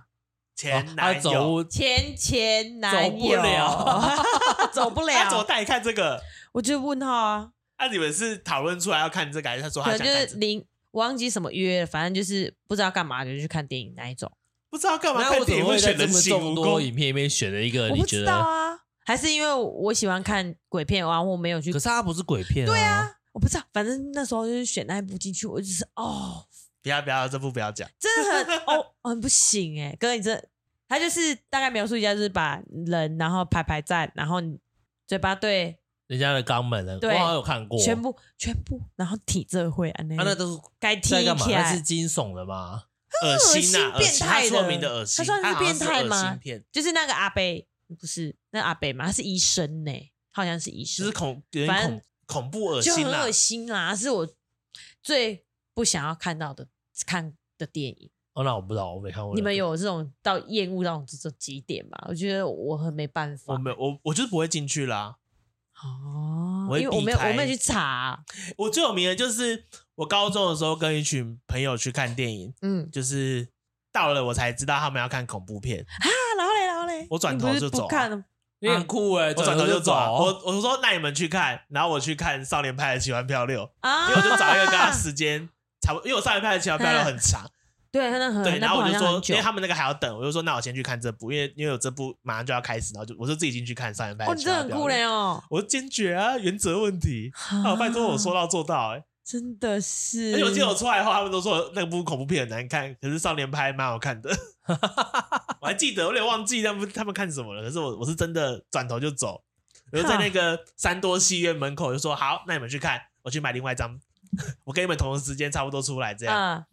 Speaker 2: 前
Speaker 1: 哦他
Speaker 2: 男
Speaker 1: 走
Speaker 2: 友，
Speaker 1: 路
Speaker 3: 前前男友
Speaker 1: 走不了，
Speaker 3: 走不
Speaker 2: 他怎么
Speaker 3: 了，
Speaker 2: 带你看这个？
Speaker 3: 我就问他啊，
Speaker 2: 那你们是讨论出来要看这个，还是他说
Speaker 3: 可
Speaker 2: 他
Speaker 3: 能
Speaker 2: 想
Speaker 3: 啊就
Speaker 2: 看
Speaker 3: 是
Speaker 2: 这个？
Speaker 3: 零，我忘记什么约了，反正就是不知道干嘛，就去看电影那一种。
Speaker 2: 不知道干嘛
Speaker 1: 那
Speaker 2: 看
Speaker 1: 我怎
Speaker 2: 电影
Speaker 1: 么会
Speaker 2: 会
Speaker 1: 在
Speaker 2: 选
Speaker 1: 这
Speaker 2: 人
Speaker 1: 么
Speaker 2: 形
Speaker 1: 众
Speaker 2: 蜈
Speaker 1: 多
Speaker 2: 蚣？
Speaker 1: 影片里面选了一个？
Speaker 3: 我
Speaker 1: 你
Speaker 3: 不
Speaker 1: 觉
Speaker 3: 知道
Speaker 1: 得？
Speaker 3: 啊，还是因为我喜欢看鬼片，然后我没有去
Speaker 1: 可。是它不是鬼片啊。
Speaker 3: 对啊，我不知道，反正那时候就是选那一部进去，我就是哦，
Speaker 2: 不要不要，这部不要讲。
Speaker 3: 真的很哦，很不行哎、哥，你这他就是大概描述一下，就是把人然后排排站，然后你嘴巴对
Speaker 1: 人家的肛门呢？我
Speaker 3: 对
Speaker 1: 好像有看过。
Speaker 3: 全部全部，然后体这会啊，
Speaker 1: 啊，
Speaker 3: 那
Speaker 1: 那都是
Speaker 3: 该踢
Speaker 1: 在干嘛？
Speaker 3: 起
Speaker 1: 那是
Speaker 3: 来，
Speaker 1: 惊悚的吗？
Speaker 2: 恶心啊，
Speaker 3: 恶心变态的
Speaker 2: 恶心他出名的恶
Speaker 3: 他
Speaker 2: 心，
Speaker 3: 算是
Speaker 2: 好像是
Speaker 3: 变态吗
Speaker 2: 恶心片
Speaker 3: 就是那个阿贝，不是那阿贝嘛，他是医生呢、他好像是医
Speaker 2: 就
Speaker 3: 生，
Speaker 2: 是恐有
Speaker 3: 反
Speaker 2: 点
Speaker 3: 正
Speaker 2: 恐恐怖恶
Speaker 3: 就
Speaker 2: 心啊
Speaker 3: 很
Speaker 2: 啦
Speaker 3: 恶。心啦，是我最不想要看到的看的电影。
Speaker 1: 哦，那我不知道，我没看过。
Speaker 3: 你们？有这种到厌恶到这种极点吗？我觉得我很没办法
Speaker 2: 我没有，我我就是不会进去啦。
Speaker 3: 哦
Speaker 2: 我，会
Speaker 3: 因为我
Speaker 2: 避
Speaker 3: 没有我
Speaker 2: 开
Speaker 3: 没有去查啊、
Speaker 2: 我最有名的就是我高中的时候跟一群朋友去看电影，
Speaker 3: 嗯
Speaker 2: 就是到了我才知道他们要看恐怖片。
Speaker 3: 啊，然后嘞，然后嘞，
Speaker 2: 我转
Speaker 3: 你
Speaker 2: 头
Speaker 3: 不是
Speaker 2: 就
Speaker 3: 不
Speaker 2: 走啊
Speaker 3: 看了，
Speaker 1: 你很酷哎，
Speaker 2: 我转头就走啊，
Speaker 1: 我
Speaker 2: 我我说那你们去看，然后我去看少年派的奇幻漂流，因
Speaker 3: 啊，
Speaker 2: 为我就找一个跟他时间差不多，因为我少年派的奇幻漂流很长，
Speaker 3: [LAUGHS] 对，那很
Speaker 2: 对，
Speaker 3: 嗯那
Speaker 2: 然后
Speaker 3: 部
Speaker 2: 我
Speaker 3: 好
Speaker 2: 就
Speaker 3: 像
Speaker 2: 说
Speaker 3: 很，久
Speaker 2: 因为他们那个还要等，我就说那我先去看这部，因为因为有这部马上就要开始，然后就我就自己进去看少年派
Speaker 3: 哦，
Speaker 2: 的
Speaker 3: 你
Speaker 2: 奇
Speaker 3: 这
Speaker 2: 幻
Speaker 3: 很
Speaker 2: 漂流。
Speaker 3: 酷嘞哦，
Speaker 2: 我坚决啊，原则问题。
Speaker 3: 啊
Speaker 2: 啊，拜托我说到做到哎、
Speaker 3: 真的是，
Speaker 2: 而且我记得我出来后，他们都说那部恐怖片很难看，可是少年派蛮好看的。 [LAUGHS] 我还记得，我有点忘记他们他们看什么了。可是我我是真的转头就走，我就在那个三多戏院门口就说：“好，那你们去看，我去买另外一张， [LAUGHS] 我跟你们同时间差不多出来这样。
Speaker 3: 嗯，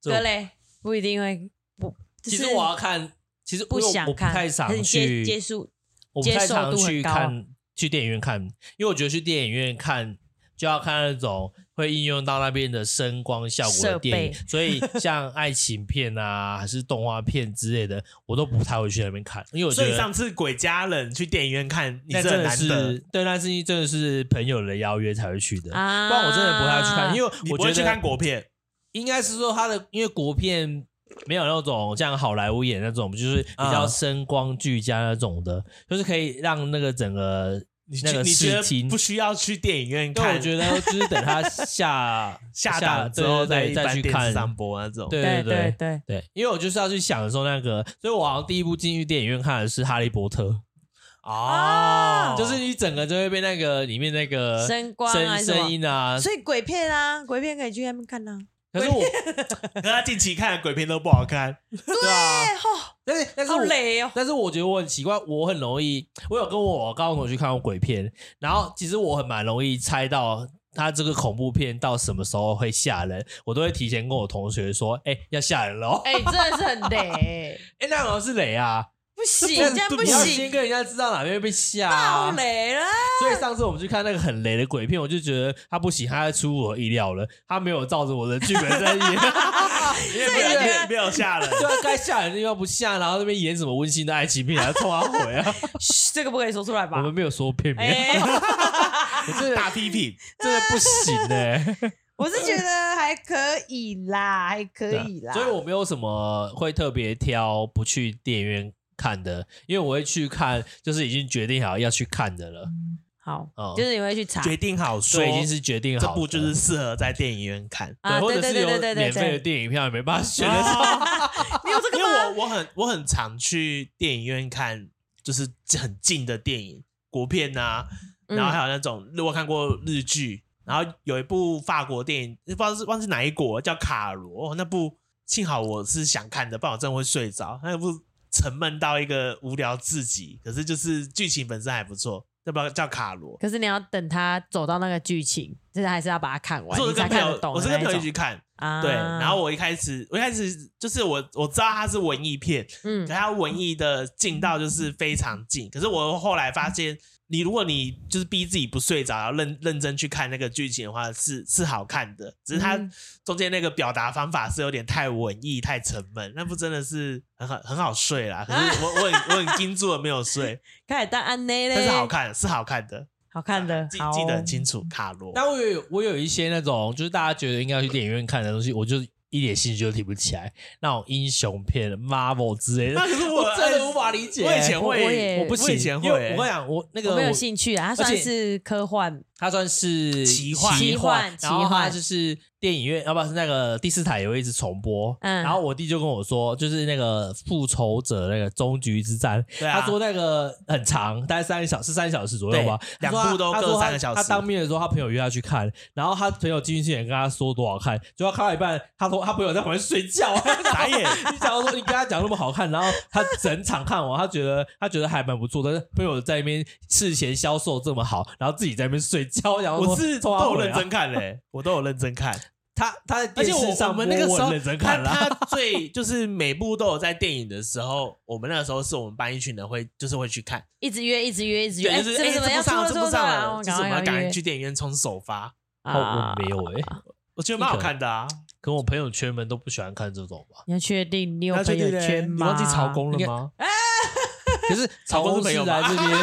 Speaker 1: 这
Speaker 3: 对嘞，不一定会不，就
Speaker 1: 其实
Speaker 3: 是
Speaker 1: 我要看，其实
Speaker 3: 不
Speaker 1: 因为
Speaker 3: 想
Speaker 1: 我不
Speaker 3: 看，
Speaker 1: 太
Speaker 3: 可是
Speaker 1: 常
Speaker 3: 你接
Speaker 1: 去
Speaker 3: 接触，
Speaker 1: 我不太常去
Speaker 3: 接受度很高
Speaker 1: 看去电影院看，因为我觉得去电影院看就要看那种会应用到那边的声光效果的电影
Speaker 3: 设，
Speaker 1: 所以像爱情片啊，还是动画片之类的，我都不太会去那边看，因为我觉
Speaker 2: 所以
Speaker 1: 得
Speaker 2: 上次《鬼家人》去电影院看，你
Speaker 1: 那
Speaker 2: 是
Speaker 1: 真
Speaker 2: 很
Speaker 1: 的
Speaker 2: 难
Speaker 1: 是
Speaker 2: 得。
Speaker 1: 对，那是真的是朋友的邀约才会去的，不
Speaker 3: 啊
Speaker 1: 然我真的不太去看，因
Speaker 3: 为
Speaker 1: 为
Speaker 2: 你
Speaker 1: 我
Speaker 2: 不
Speaker 1: 觉
Speaker 2: 会去看
Speaker 1: 得
Speaker 2: 国片，
Speaker 1: 应该是说他的，因为国片。没有那种像好莱坞演那种，就是比较
Speaker 2: 啊
Speaker 1: 声光俱佳那种的，就是可以让那个整个
Speaker 2: 你
Speaker 1: 那
Speaker 2: 去
Speaker 1: 个
Speaker 2: 你觉
Speaker 1: 视听
Speaker 2: 得不需要去电影院
Speaker 1: 因为
Speaker 2: 看，
Speaker 1: 我觉得就是等他 [LAUGHS] 下
Speaker 2: 下档之后
Speaker 1: 对
Speaker 2: 再
Speaker 1: 对对
Speaker 2: 一
Speaker 1: 再
Speaker 2: 般
Speaker 1: 去
Speaker 2: 电
Speaker 1: 看
Speaker 2: 视上播那种。
Speaker 1: 对
Speaker 3: 对
Speaker 1: 对
Speaker 3: 对，
Speaker 1: 对，因为我就是要去享受那个，所以我好像第一部进去电影院看的是《哈利波特
Speaker 2: 哦》，，
Speaker 1: 就是你整个就会被那个里面那个
Speaker 3: 声光啊
Speaker 1: 声
Speaker 3: 什么
Speaker 1: 声音啊，
Speaker 3: 所以鬼片啊，鬼片可以去那边看啊，
Speaker 1: 可是我
Speaker 2: 可是他近期看的鬼片都不好看，
Speaker 1: 对啊，
Speaker 3: 哎吼，
Speaker 1: 但是但是
Speaker 3: 好
Speaker 1: 我
Speaker 3: 累哦，
Speaker 1: 但是我觉得我很奇怪，我很容易，我有跟我高中同学去看过鬼片，然后其实我很蛮容易猜到他这个恐怖片到什么时候会吓人，我都会提前跟我同学说，哎、要吓人
Speaker 3: [LAUGHS]
Speaker 1: 喽， [LAUGHS] 哎、
Speaker 3: 哎，真的是很累，
Speaker 1: 那好像是雷啊，
Speaker 3: [LAUGHS] 不行，
Speaker 1: 但
Speaker 3: 这样不
Speaker 1: 你要先
Speaker 3: 行，
Speaker 1: 跟人家知道哪边会被吓、
Speaker 3: 爆
Speaker 1: 啊。
Speaker 3: 雷了。 [LAUGHS]
Speaker 1: 所以上次我们去看那个很雷的鬼片，我就觉得他不行，他出乎我意料了，他没有照着我的剧本在
Speaker 3: [LAUGHS]
Speaker 1: 演，
Speaker 2: 因为
Speaker 3: 所以你觉
Speaker 2: 没
Speaker 3: 得
Speaker 2: 有没有
Speaker 3: [LAUGHS]
Speaker 2: 吓人。
Speaker 1: 对啊，该吓人的地方不吓，然后那边演什么温馨的爱情片，还冲他回啊，
Speaker 3: 嘘，这个不可以说出来
Speaker 1: 我
Speaker 3: 吧
Speaker 1: 们？没有说片 [LAUGHS] 名，
Speaker 2: [LAUGHS]
Speaker 3: 哎，
Speaker 1: 我真的
Speaker 2: 大批评，
Speaker 1: 真的不行哎、
Speaker 3: 我是觉得还可以啦，还可以啦。
Speaker 2: 啊
Speaker 1: 所以我没有什么会特别挑不去电影院看的，因为我会去看，就是已经决定好要去看的了，
Speaker 3: 好
Speaker 1: 哦，
Speaker 3: 就是你会去查
Speaker 2: 决定好
Speaker 1: 所
Speaker 2: 说，
Speaker 1: 以已经是决定
Speaker 2: 这
Speaker 1: 好的，
Speaker 2: 部就是适合在电影院
Speaker 3: [LAUGHS]
Speaker 2: 看。
Speaker 1: 对，
Speaker 3: 啊，
Speaker 1: 或
Speaker 3: 对
Speaker 1: 者
Speaker 3: 对
Speaker 1: 是
Speaker 3: 对
Speaker 1: 有
Speaker 3: 对对对
Speaker 1: 免费的
Speaker 3: 对，啊
Speaker 1: 电影票也没办法选的时候。
Speaker 2: 哦
Speaker 3: 你有这
Speaker 2: 因
Speaker 3: 个
Speaker 2: 为
Speaker 3: 吗？
Speaker 2: 我我很我很常去电影院看，就是很近的电影，国片啊，
Speaker 3: 嗯
Speaker 2: 然后还有那种我看过日剧，然后有一部法国电影，不知道是忘记哪一国叫《卡罗》，那部幸好我是想看的，不然我真的会睡着。那部沉闷到一个无聊至极，可是就是剧情本身还不错，那部叫《卡罗》。
Speaker 3: 可是你要等他走到那个剧情，就是还是要把它看
Speaker 2: 我
Speaker 3: 完，
Speaker 2: 是我
Speaker 3: 你
Speaker 2: 是
Speaker 3: 才
Speaker 2: 跟朋
Speaker 3: 看得
Speaker 2: 友，
Speaker 3: 懂
Speaker 2: 我
Speaker 3: 的
Speaker 2: 是
Speaker 3: 那
Speaker 2: 跟
Speaker 3: 一
Speaker 2: 朋友一
Speaker 3: 种。
Speaker 2: 起看，
Speaker 3: 啊
Speaker 2: 对。然后我一开始，我一开始就是我我知道它是文艺片，
Speaker 3: 嗯
Speaker 2: 可它文艺的近到就是非常近。可是我后来发现，你如果你就是逼自己不睡着，然后认认真去看那个剧情的话，是是好看的。只是它
Speaker 3: 嗯
Speaker 2: 中间那个表达方法是有点太文艺、太沉闷，那不真的是很好很
Speaker 1: [LAUGHS]
Speaker 2: 好睡啦。可是我我很我很盯住了没有睡，
Speaker 3: 开始当安内嘞，
Speaker 2: 但是好看是好看的。
Speaker 3: 好看的，
Speaker 2: 记
Speaker 3: 好
Speaker 2: 啊记得
Speaker 3: 哦
Speaker 2: 很清楚。卡罗，
Speaker 1: 但我有我有一些那种，就是大家觉得应该要去电影院看的东西，我就一点兴趣都提不起来。那种英雄片、Marvel 之类的
Speaker 2: 那，可是
Speaker 1: 我真的无
Speaker 2: 法。
Speaker 1: 法理解。
Speaker 2: 我以前
Speaker 3: 我我
Speaker 2: 会，
Speaker 3: 也
Speaker 1: 我不行，
Speaker 2: 以前
Speaker 1: 因为
Speaker 2: 会
Speaker 1: 我跟你讲，我那个
Speaker 3: 我没有
Speaker 1: 我
Speaker 3: 兴趣啊，它算
Speaker 1: 而且
Speaker 3: 是科幻，
Speaker 1: 它算是
Speaker 2: 奇幻
Speaker 1: 奇幻，
Speaker 3: 奇
Speaker 1: 然
Speaker 3: 幻
Speaker 1: 后
Speaker 3: 奇
Speaker 1: 它
Speaker 3: 幻
Speaker 1: 就是电影院，要不然是那个第四台也会一直重播。
Speaker 3: 嗯
Speaker 1: 然后我弟就跟我说，就是那个复仇者那个终局之战，
Speaker 2: 对啊
Speaker 1: 他说那个很长，大概三个小时，三个小时左右吧。
Speaker 2: 对
Speaker 1: 他说
Speaker 2: 两部都
Speaker 1: 他
Speaker 2: 各
Speaker 1: 他说他
Speaker 2: 三个小时
Speaker 1: 他当面的时候，他朋友约他去看，然后他朋友进去之前跟他说多好看，结果他看到一半，他说他朋友在旁边睡
Speaker 2: [LAUGHS]
Speaker 1: 觉，
Speaker 2: 傻眼。
Speaker 1: 你讲说你跟他讲那么好看，然后他整场看完，他觉得他觉得还蛮不错，但是朋友在那边事前销售这么好，然后自己在那边睡觉，然后
Speaker 2: 我是啊都有认真
Speaker 1: 真，
Speaker 2: 看嘞、我都有认真 [LAUGHS] 看，
Speaker 1: 他他在
Speaker 2: 而
Speaker 1: 电
Speaker 2: 且
Speaker 1: 视
Speaker 2: 我
Speaker 1: 上
Speaker 2: 我们那个
Speaker 1: 播
Speaker 2: 时候
Speaker 1: 很认真
Speaker 2: 他
Speaker 1: 看啦， [LAUGHS]
Speaker 2: 他最就是每部都有在电影的时候，我们那个时候是我们班一群人会就是会去看，
Speaker 3: 一直约，一直约，一直约，
Speaker 2: 对，
Speaker 3: 哎
Speaker 2: 就是
Speaker 3: 怎
Speaker 2: 哎
Speaker 3: 么怎么要
Speaker 2: 这
Speaker 3: 出了出了出了
Speaker 2: 部上了，这部上
Speaker 3: 啊，
Speaker 2: 了，
Speaker 3: 我
Speaker 2: 就
Speaker 3: 赶
Speaker 2: 是我
Speaker 3: 快
Speaker 2: 们要赶
Speaker 3: 约
Speaker 2: 快去电影院冲首发，
Speaker 1: 哦
Speaker 3: 啊！
Speaker 1: 我没有哎、
Speaker 2: 我觉得蛮好看的啊。
Speaker 1: 可我朋友圈们都不喜欢看这种吧。
Speaker 3: 你要确定你有
Speaker 2: 那
Speaker 3: 朋
Speaker 2: 确
Speaker 3: 友
Speaker 2: 定嘞
Speaker 3: 圈
Speaker 2: 啊你
Speaker 3: 吗？
Speaker 2: 忘记曹公了吗？
Speaker 1: [LAUGHS] 可是曹
Speaker 2: 公
Speaker 1: 公
Speaker 2: 是朋
Speaker 1: 是
Speaker 2: 友
Speaker 1: 来
Speaker 2: 吧
Speaker 1: 这
Speaker 2: [LAUGHS]
Speaker 1: 边，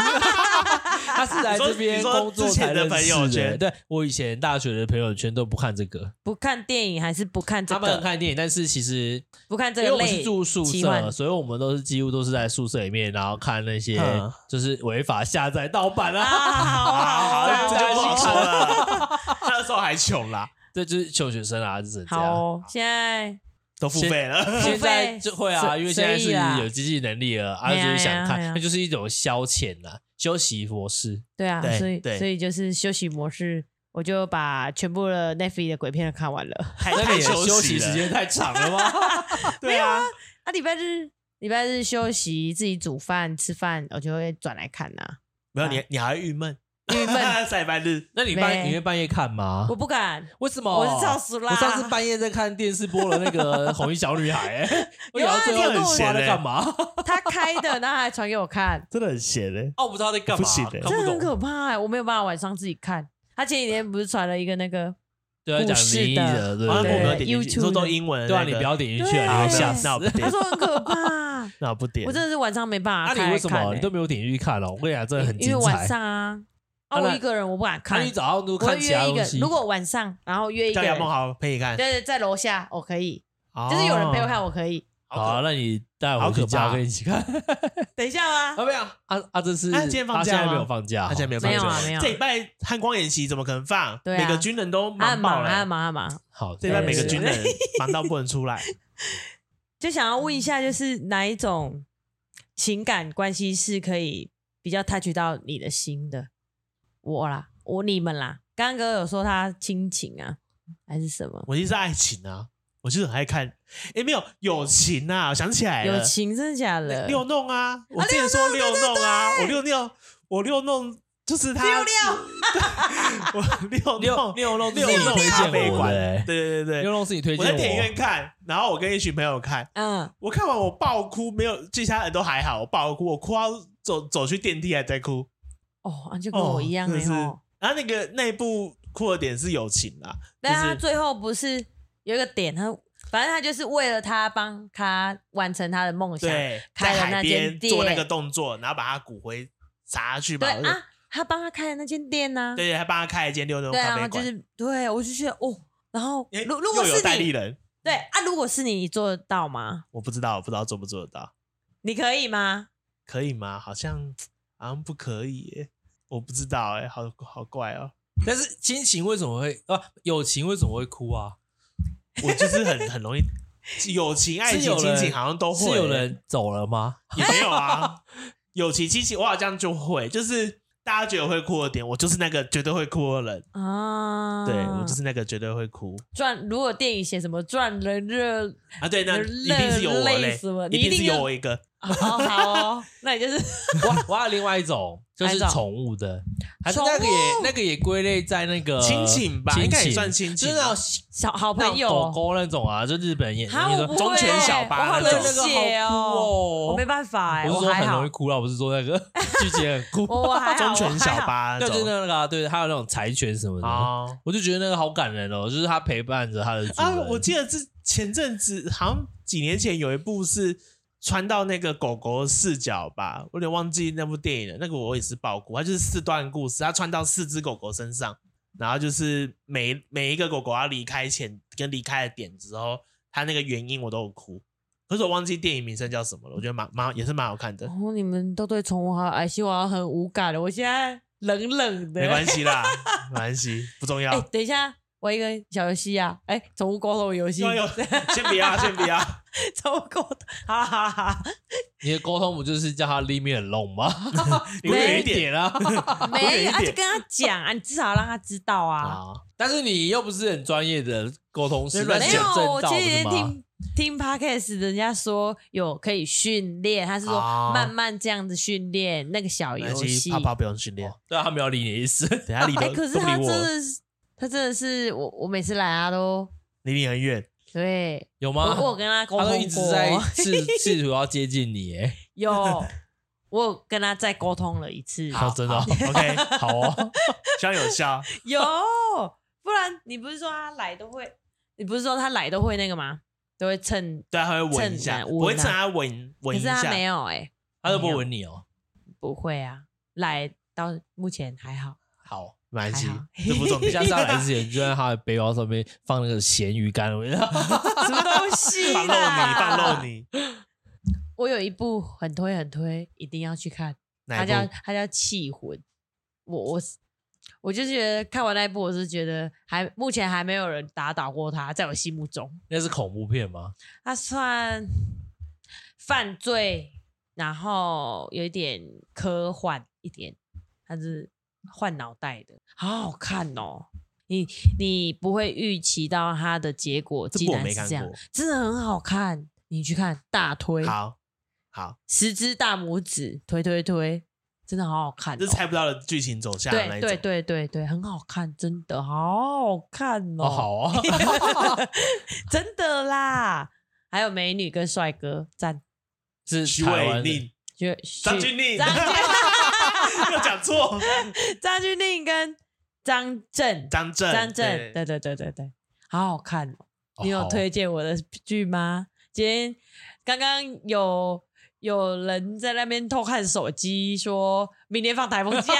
Speaker 1: 他是来这边
Speaker 2: 你说
Speaker 1: 工作
Speaker 2: 之前
Speaker 1: 才
Speaker 2: 的
Speaker 1: 认
Speaker 2: 朋友
Speaker 1: 识的。
Speaker 2: 圈
Speaker 1: 对我以前大学的朋友圈都不看这个，
Speaker 3: 不看电影还是不看这
Speaker 1: 他们
Speaker 3: 个？
Speaker 1: 看电影，但是其实
Speaker 3: 不看这
Speaker 1: 因为
Speaker 3: 个
Speaker 1: 我们是
Speaker 3: 类
Speaker 1: 住宿
Speaker 3: 奇
Speaker 1: 舍，
Speaker 3: 幻
Speaker 1: 所以我们都是几乎都是在宿舍里面，然后看那些
Speaker 2: 嗯
Speaker 1: 就是违法下载盗版
Speaker 3: 啊！
Speaker 1: [LAUGHS] 啊，
Speaker 3: 好
Speaker 2: 好
Speaker 3: 好
Speaker 2: 好，
Speaker 1: 对
Speaker 2: 那这
Speaker 1: 对
Speaker 2: 就不好
Speaker 1: 对
Speaker 2: 说了。 [LAUGHS] 那时候还穷啦，
Speaker 1: 这就是求学生啊，就是这
Speaker 3: 好
Speaker 1: 样。
Speaker 3: 哦，现在
Speaker 2: 都付费了。
Speaker 1: 现在就会啊，
Speaker 3: 随
Speaker 1: 因为现在是
Speaker 3: 随意啦
Speaker 1: 有经济能力了，啊，
Speaker 3: 哎呀
Speaker 1: 就是想
Speaker 3: 哎呀哎
Speaker 1: 看
Speaker 3: 呀，
Speaker 1: 那就是一种消遣啦，休息模式。
Speaker 3: 对啊，
Speaker 2: 对
Speaker 3: 所以
Speaker 2: 对
Speaker 3: 所以就是休息模式，我就把全部的 Netflix 的鬼片都看完了。 [LAUGHS]
Speaker 1: [LAUGHS]
Speaker 2: 太
Speaker 1: 那
Speaker 2: 太
Speaker 1: 你的休息时
Speaker 2: 了，
Speaker 1: 间太长了吗？
Speaker 2: 对啊，
Speaker 3: 啊，礼拜日礼拜日休息，自己煮饭吃饭，我就会转来看呐。
Speaker 2: 没有你，
Speaker 1: 啊
Speaker 2: 你还会郁闷，
Speaker 3: 郁
Speaker 1: [LAUGHS]
Speaker 3: 闷，
Speaker 2: [LAUGHS] 下礼拜日
Speaker 1: 那你半
Speaker 3: 没
Speaker 1: 你会半夜看吗
Speaker 3: 我？不敢，
Speaker 1: 为什么？
Speaker 3: 我是超熟啦。
Speaker 1: 我上次半夜在看电视播了那个《红衣小女孩》，哎，我
Speaker 3: [LAUGHS] 有啊
Speaker 1: 想到最
Speaker 3: 你有跟
Speaker 1: 后
Speaker 3: 我
Speaker 1: 花在干嘛？ [LAUGHS] 哦，
Speaker 3: 他开的，然后还传给我
Speaker 1: [LAUGHS]
Speaker 3: 看，
Speaker 2: 真的很闲嘞。
Speaker 1: 我不知道在干
Speaker 2: 不
Speaker 1: 嘛，
Speaker 2: 行欸
Speaker 1: 看
Speaker 3: 真
Speaker 1: 不
Speaker 3: 的很
Speaker 1: 懂。
Speaker 3: 可怕、欸，我没有办法晚上自己看。他前几天不是传了一个
Speaker 1: [LAUGHS]
Speaker 3: 那个，
Speaker 1: 对啊，
Speaker 3: 故
Speaker 1: 讲
Speaker 3: 事
Speaker 1: 灵异的，
Speaker 3: 的
Speaker 1: 对
Speaker 2: 好
Speaker 1: 不
Speaker 2: 像
Speaker 1: 对
Speaker 2: 我？没有
Speaker 3: 对
Speaker 2: 点进去，你
Speaker 3: YouTube
Speaker 2: 说都
Speaker 3: 的
Speaker 2: 英文的
Speaker 1: 对啊，
Speaker 2: 那
Speaker 1: 你
Speaker 2: 个
Speaker 1: 不要点进去
Speaker 3: 对
Speaker 1: 啊，你会吓死
Speaker 2: 那。我不
Speaker 3: 他
Speaker 2: 点，
Speaker 3: 说很可
Speaker 1: [LAUGHS]
Speaker 3: 怕，
Speaker 2: 那我不点。
Speaker 3: 我真的是晚上没办
Speaker 1: 那
Speaker 3: 法
Speaker 1: 啊你
Speaker 3: 开
Speaker 1: 为
Speaker 3: 来
Speaker 1: 什
Speaker 3: 看、
Speaker 1: 么
Speaker 3: 欸
Speaker 1: 你都没有点进去看哦？我跟你讲，真的很
Speaker 3: 因为
Speaker 1: 精
Speaker 3: 晚
Speaker 1: 彩。
Speaker 3: 上啊，
Speaker 1: 啊
Speaker 3: 啊，
Speaker 1: 那
Speaker 3: 我一个人我不敢
Speaker 1: 那
Speaker 3: 看
Speaker 1: 你，早上都
Speaker 3: 我会
Speaker 1: 看其他
Speaker 3: 约一
Speaker 1: 东
Speaker 3: 个
Speaker 1: 西。，
Speaker 3: 如果晚上然后约一
Speaker 2: 叫
Speaker 3: 个
Speaker 2: 杨
Speaker 3: 人，
Speaker 2: 梦豪陪你看，哦
Speaker 3: 对对，在楼下我可以，就是有人陪我看我可以。
Speaker 1: 好啊，那你带我
Speaker 2: 好可
Speaker 1: 回家
Speaker 2: 怕
Speaker 1: 跟你一起看。
Speaker 3: 等一下吗？
Speaker 2: 哦
Speaker 1: 啊，没有， [LAUGHS] 啊啊，这是
Speaker 2: 他今天放
Speaker 1: 他
Speaker 2: 假
Speaker 1: 现在没
Speaker 2: 吗
Speaker 1: 有放假哦，
Speaker 2: 他现在没有
Speaker 3: 没有啊
Speaker 2: 放假
Speaker 3: 没有啊
Speaker 2: 这礼拜汉光演习怎么可能放？
Speaker 3: 对啊
Speaker 2: 每个军人都
Speaker 3: 他很
Speaker 2: 忙爆
Speaker 3: 忙，他很
Speaker 2: 了，
Speaker 3: 忙，他很忙。
Speaker 1: 好，
Speaker 2: 这礼拜每个
Speaker 1: 对
Speaker 2: 军人忙到不能
Speaker 3: [LAUGHS]
Speaker 2: 出来。
Speaker 3: 就想要问一下，就是哪一种情感关系是可以比较 touch 到你的心的？我啦，我你们啦。刚刚哥有说他亲情啊，还是什么？
Speaker 2: 我就是爱情啊，我就是很爱看。哎，没有友情啊，我想起来了
Speaker 3: 友，情真的假的？
Speaker 2: 六弄啊，我之前说六弄啊，我六六，我六弄就是他
Speaker 3: 六
Speaker 2: [LAUGHS] 我
Speaker 1: [LAUGHS]
Speaker 2: 六
Speaker 1: 六
Speaker 2: 弄
Speaker 1: 六弄
Speaker 2: 六
Speaker 1: 是你
Speaker 2: 弄
Speaker 1: 推
Speaker 2: 咖
Speaker 1: 荐
Speaker 2: 啡
Speaker 1: 我
Speaker 2: 馆
Speaker 1: 的，欸，
Speaker 2: 对对对
Speaker 1: 六
Speaker 2: 对，
Speaker 1: 弄是你推
Speaker 2: 我
Speaker 1: 荐
Speaker 2: 在电影院看，然后我跟一群朋友看，
Speaker 3: 嗯，
Speaker 2: 我看完我爆哭，没有其他人都还好，我爆哭，我哭到走走去电梯还在哭。
Speaker 3: 哦，啊就跟我一样
Speaker 2: 哦
Speaker 3: 哎
Speaker 2: 真的是
Speaker 3: 吼。
Speaker 2: 然后那个那一部哭的点是友情啦，
Speaker 3: 但他最后不是有一个点，他反正他就是为了他帮他完成他的梦想，
Speaker 2: 对，
Speaker 3: 开
Speaker 2: 在
Speaker 3: 了
Speaker 2: 海
Speaker 3: 那
Speaker 2: 边
Speaker 3: 间店
Speaker 2: 做那个动作，然后把他骨灰撒下去
Speaker 3: 对
Speaker 2: 吧。
Speaker 3: 啊，他帮他开的那间店呢、
Speaker 2: 对，还帮他开了一间六六
Speaker 3: 对啊，
Speaker 2: 咖
Speaker 3: 然后
Speaker 2: 啡
Speaker 3: 就
Speaker 2: 馆。
Speaker 3: 是对我就觉得哦，然后
Speaker 2: 诶
Speaker 3: 如如果
Speaker 2: 又有
Speaker 3: 是
Speaker 2: 代理
Speaker 3: 你，
Speaker 2: 人，
Speaker 3: 对啊，如果是你，你做得到吗？
Speaker 2: 我不知道，我不知道做不做得到，
Speaker 3: 你可以吗？
Speaker 2: 可以吗？好像好像不可以耶，我不知道哎，好好怪哦。
Speaker 1: 但是亲情为什么会啊？友情为什么会哭啊？
Speaker 2: 我就是很很容易，友
Speaker 3: [LAUGHS]
Speaker 2: 情、爱
Speaker 1: 是有
Speaker 2: 情、亲
Speaker 1: 人
Speaker 2: 情好像都会
Speaker 1: 是
Speaker 2: 耶。
Speaker 1: 有人走了吗？
Speaker 2: 也 [LAUGHS] 没有啊，友情、亲情，我好像就会，就是大家觉得会哭的点，我就是那个绝对会哭的人。
Speaker 3: 啊，
Speaker 2: 对我就是那个绝对会哭
Speaker 3: 赚。如果电影写什么赚人
Speaker 2: [LAUGHS]
Speaker 3: 热，
Speaker 2: 啊！对，那
Speaker 3: 你
Speaker 2: 一定是有我
Speaker 3: 累
Speaker 2: 嘞
Speaker 3: 死我，你
Speaker 2: 一
Speaker 3: 一
Speaker 2: 定是
Speaker 3: 定
Speaker 2: 有
Speaker 3: 就
Speaker 2: 我一个。
Speaker 3: 哦好哦，那你就
Speaker 1: [LAUGHS]
Speaker 3: 是 [LAUGHS]
Speaker 1: 我我还有另外一种，就是
Speaker 3: 哪一种
Speaker 1: 宠物的，还是那个也
Speaker 3: 宠物
Speaker 1: 那个也归类在那个
Speaker 2: 亲情
Speaker 1: 呃
Speaker 2: 吧，
Speaker 1: 亲
Speaker 2: 应该也算亲
Speaker 1: 就
Speaker 2: 情
Speaker 1: 是
Speaker 2: 吧。
Speaker 3: 哦
Speaker 1: 那种
Speaker 3: 小好
Speaker 1: 那种
Speaker 3: 朋友
Speaker 1: 狗
Speaker 3: 哦。
Speaker 1: 狗那种啊，就日本人演
Speaker 3: 哈
Speaker 1: 演
Speaker 3: 我
Speaker 1: 说
Speaker 3: 不会
Speaker 2: 忠犬小八
Speaker 3: 我好
Speaker 2: 那种
Speaker 3: 冷血
Speaker 1: 那个好酷哦
Speaker 3: 我没办法哎，
Speaker 1: 我是说
Speaker 3: 还
Speaker 1: 很
Speaker 3: 好
Speaker 1: 容易，哭啦，啊不是说那个 [LAUGHS] 剧情很哭，
Speaker 3: 我我还好，
Speaker 2: 忠犬
Speaker 3: 我
Speaker 2: 小
Speaker 3: 还好，
Speaker 2: 八那
Speaker 1: 对，就是
Speaker 2: 种
Speaker 1: 那个啊对，还有那种柴犬什么的，
Speaker 2: 哦
Speaker 1: 我就觉得那个好感人哦，就是它陪伴着它的主
Speaker 2: 啊！
Speaker 1: 人。
Speaker 2: 我记得这前阵子好像几年前有一部是穿到那个狗狗的视角吧，我有点忘记那部电影了。那个我也是爆哭，它就是四段故事，它穿到四只狗狗身上，然后就是每每一个狗狗要离开前跟离开的点之后，它那个原因我都有哭。可是我忘记电影名称叫什么了，我觉得蛮蛮也是蛮好看的，
Speaker 3: 哦，你们都对宠物好有爱心，我好像很无感了。我现在冷冷的，
Speaker 2: 没关。系啊啦，没关系，不重要
Speaker 3: 哎、。等一下，我一个小游戏啊，哎、宠物沟通游戏，
Speaker 2: 哎呦先不要，
Speaker 3: [LAUGHS]
Speaker 2: 先不要。
Speaker 1: [LAUGHS]
Speaker 3: 宠物沟通，好好好，
Speaker 1: 你的沟通不就是叫他 leave me alone
Speaker 3: [LAUGHS]
Speaker 1: 吗？
Speaker 2: 你会有
Speaker 1: 一
Speaker 2: 一点
Speaker 1: 点啊。
Speaker 2: 多
Speaker 3: 没
Speaker 2: 远一
Speaker 3: 有，啊，就
Speaker 2: 点
Speaker 3: 跟他讲啊，你至少让他知道啊。
Speaker 1: 啊！但是你又不是很专业的沟通师，
Speaker 2: 没有
Speaker 1: 那
Speaker 3: 没
Speaker 1: 是有
Speaker 3: 有，
Speaker 1: 证
Speaker 3: 我
Speaker 1: 照
Speaker 3: 前几
Speaker 1: 的
Speaker 3: 天
Speaker 1: 吗？
Speaker 3: 听听 podcast，人家说有可以训练，他是说
Speaker 2: 哦
Speaker 3: 慢慢这样子训练那个小
Speaker 2: 没
Speaker 3: 游
Speaker 2: 关系，
Speaker 3: 戏。
Speaker 2: 泡泡不用训练，
Speaker 1: 对啊，他没有理你的意思。
Speaker 2: 等下离
Speaker 3: 哎、
Speaker 2: 都
Speaker 3: 可是
Speaker 2: 都不
Speaker 3: 他
Speaker 2: 理
Speaker 3: 真
Speaker 2: 我，
Speaker 3: 的是，他真的是我，我每次来啊都
Speaker 2: 离你很远。
Speaker 3: 对，
Speaker 1: 有
Speaker 3: 我
Speaker 1: 吗？
Speaker 3: 我有跟他沟
Speaker 1: 他
Speaker 3: 通
Speaker 1: 都
Speaker 3: 过，
Speaker 1: 一直在试试图要接近你，哎，
Speaker 3: [LAUGHS] 有，我有跟他再沟通了一次，
Speaker 1: 好真的哦
Speaker 3: [LAUGHS]
Speaker 2: OK，
Speaker 1: 好哦，
Speaker 2: 希望有效。
Speaker 3: 有，不然你不是说他来都会，你不是说他来都会那个吗？都会蹭，
Speaker 2: 对，他会闻
Speaker 3: 蹭
Speaker 2: 一下，
Speaker 3: 啊闻啊
Speaker 2: 我会趁他闻
Speaker 3: 可
Speaker 2: 闻一
Speaker 3: 是
Speaker 2: 下。
Speaker 3: 他没有哎、
Speaker 1: 他都不吻你
Speaker 3: [LAUGHS]
Speaker 1: 哦。
Speaker 3: 不会啊，来到目前还好，
Speaker 1: 好，
Speaker 2: 没关系
Speaker 3: 还好，
Speaker 2: 这不重点。
Speaker 1: 下次要来之前就在他的背包上面放那个咸鱼干，我觉得
Speaker 3: [LAUGHS] 什么东西
Speaker 2: [LAUGHS] 放漏你，
Speaker 3: 啦
Speaker 2: 放漏你，
Speaker 3: [LAUGHS] 我有一部很推很推，一定要去看，
Speaker 2: 哪
Speaker 3: 它
Speaker 2: 一
Speaker 3: 叫
Speaker 2: 部？
Speaker 3: 它叫《气魂》。我我是我就觉得看完那一部，我是觉得还目前还没有人打倒过他，在我心目中，
Speaker 1: [LAUGHS] 那是恐怖片吗？
Speaker 3: 他算犯罪，然后有一点科幻一点，他是换脑袋的，好好看哦。你你不会预期到它的结果
Speaker 2: 这
Speaker 3: 竟
Speaker 2: 部我
Speaker 3: 然
Speaker 2: 没
Speaker 3: 是
Speaker 2: 看
Speaker 3: 这样
Speaker 2: 过，
Speaker 3: 真的很好看，你去看大推。
Speaker 2: 好好，
Speaker 3: 十只大拇指推推推，真的好好看、
Speaker 2: 这
Speaker 3: 哦。
Speaker 2: 是猜不到的剧情走向的
Speaker 3: 对
Speaker 2: 那一
Speaker 3: 对
Speaker 2: 种。
Speaker 3: 对对对，很好看，真的好好看哦，
Speaker 1: 哦，好啊，
Speaker 3: [LAUGHS] 真的啦。还有美女跟帅哥，赞！
Speaker 1: 是
Speaker 2: 徐
Speaker 1: 台
Speaker 2: 伟
Speaker 1: 湾的
Speaker 2: 宁、
Speaker 3: 就
Speaker 2: 张钧甯，
Speaker 3: 张
Speaker 2: 又 [LAUGHS] 讲错，
Speaker 3: 张钧甯跟张震，
Speaker 2: 张震，
Speaker 3: 张震，
Speaker 2: 对
Speaker 3: 对对对对对，好好看哦。
Speaker 1: 哦
Speaker 3: 你有
Speaker 1: 好
Speaker 3: 推荐我的剧吗？今天刚刚有有人在那边偷看手机，说明天放台风假。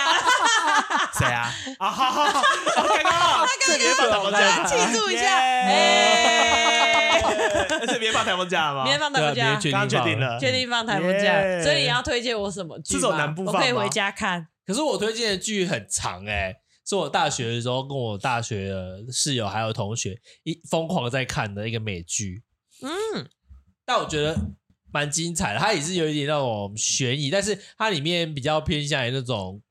Speaker 2: 谁啊？啊，好好好，好刚刚这边放台风
Speaker 3: 大家
Speaker 2: 假，
Speaker 3: 庆祝一下，
Speaker 2: 耶
Speaker 3: 哎、
Speaker 2: 这边放台风假了吗？
Speaker 3: 明天放台
Speaker 1: 对啊
Speaker 3: 风
Speaker 1: 明
Speaker 3: 假
Speaker 1: 天，确
Speaker 2: 刚刚
Speaker 1: 定
Speaker 2: 确定
Speaker 1: 放
Speaker 2: 了，
Speaker 3: 确定放台风假，
Speaker 2: 耶
Speaker 3: 所以你要推荐我什么剧吗？
Speaker 2: 这种南部
Speaker 3: 我
Speaker 2: 放
Speaker 3: 可以
Speaker 2: 吗
Speaker 3: 回家看。
Speaker 1: 可是我推荐的剧很长哎、是我大学的时候跟我大学的室友还有同学一疯狂在看的一个美剧，
Speaker 3: 嗯，
Speaker 1: 但我觉得蛮精彩的。它也是有一点那种悬疑，但是它里面比较偏向于那种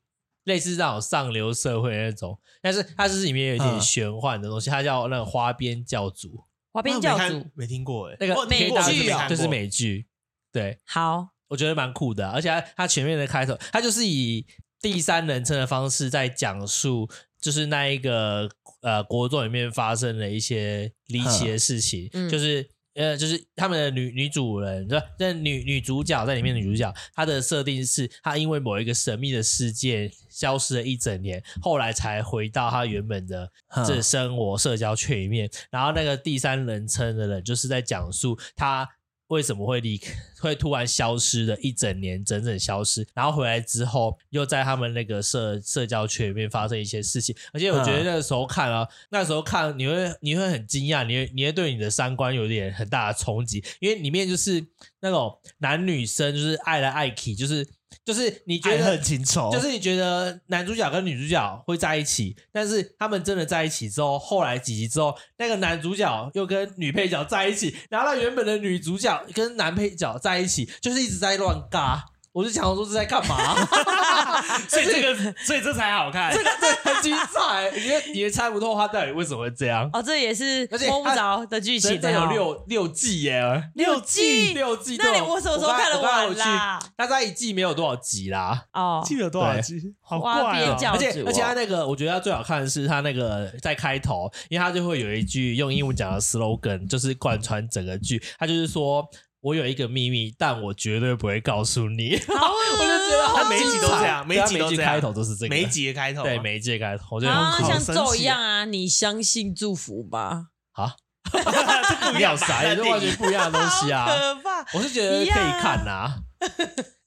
Speaker 1: 类似那种上流社会的那种，但是它就是里面有一点
Speaker 2: 嗯
Speaker 1: 玄幻的东西。它叫那个花边教主，
Speaker 3: 花边
Speaker 2: 我
Speaker 3: 教
Speaker 2: 没看
Speaker 3: 主，
Speaker 2: 没听过哎，
Speaker 1: 那个
Speaker 2: 我听过
Speaker 1: 可
Speaker 3: 美
Speaker 1: 以
Speaker 3: 剧
Speaker 1: 当
Speaker 3: 哦
Speaker 2: 但
Speaker 1: 就是
Speaker 2: 没看过
Speaker 1: 美剧，对。
Speaker 3: 好，
Speaker 1: 我觉得蛮酷的啊、而且它它前面的开头，它就是以第三人称的方式在讲述，就是那一个呃国中里面发生的一些离奇的事情，
Speaker 3: 嗯
Speaker 1: 就是。呃，就是他们的女女主人，就那女女主角在里面，女主角她的设定是她因为某一个神秘的事件消失了一整年，后来才回到她原本的
Speaker 2: 嗯
Speaker 1: 这生活社交圈里面。然后那个第三人称的人就是在讲述他为什么会离开，会突然消失的一整年，整整消失，然后回来之后又在他们那个社社交圈里面发生一些事情。而且我觉得
Speaker 2: 嗯
Speaker 1: 那个时候看啊，那时候看你会你会很惊讶，你会你会对你的三观有点很大的冲击，因为里面就是那种男女生就是爱来爱去，就是。就是你觉
Speaker 2: 爱
Speaker 1: 得
Speaker 2: 恨情仇，
Speaker 1: 就是你觉得男主角跟女主角会在一起，但是他们真的在一起之后，后来几集之后，那个男主角又跟女配角在一起，然后那原本的女主角跟男配角在一起，就是一直在乱 [LAUGHS] 尬。我就想说是在干嘛？
Speaker 2: 所以这个，所以这才好看。
Speaker 1: 这个这个很精彩，你也你也猜不透他到底为什么会这样。
Speaker 3: 哦，这也是
Speaker 1: 而且
Speaker 3: 摸不着的剧情
Speaker 1: 整
Speaker 3: 的
Speaker 1: 整有
Speaker 3: 哦
Speaker 1: 六六季耶，
Speaker 3: 六季
Speaker 1: 六季。
Speaker 3: 那你
Speaker 1: 对
Speaker 3: 我什么时候看得
Speaker 1: 刚才
Speaker 3: 完？啦
Speaker 1: 我刚才有去大概一季没有多少集啦，
Speaker 3: 哦，
Speaker 2: [LAUGHS] 记得有多少集？好怪
Speaker 3: 哇边角
Speaker 2: 哦！
Speaker 1: 而且
Speaker 3: 主哦
Speaker 1: 而且他那个，我觉得他最好看的是他那个在开头，因为他就会有一句用英文讲的 slogan，就是贯穿整个剧。他就是说我有一个秘密，但我绝对不会告诉
Speaker 2: [LAUGHS]
Speaker 1: 你。
Speaker 3: 好恶
Speaker 1: 我就觉得
Speaker 3: 哦
Speaker 1: 好
Speaker 2: 他每一集都这样，每
Speaker 1: 对啊他
Speaker 2: 一集都这样，
Speaker 1: 开头都是这个，
Speaker 2: 每一集的开 [LAUGHS] 头啊，
Speaker 1: 对每一集的开头，我觉得
Speaker 3: 啊，
Speaker 1: 很
Speaker 2: 好
Speaker 1: 酷
Speaker 3: 像
Speaker 2: 生
Speaker 3: 咒
Speaker 2: 气
Speaker 3: 一样啊！你相信祝福吧？
Speaker 1: 啊。
Speaker 2: 这不一样
Speaker 1: 秒
Speaker 2: 吧？
Speaker 1: 杀
Speaker 2: 那
Speaker 1: 啊也是完
Speaker 2: 电
Speaker 1: 全
Speaker 2: 影
Speaker 1: 不一样的东西啊。
Speaker 3: 可怕。
Speaker 1: 我是觉得可以看呐、 [LAUGHS]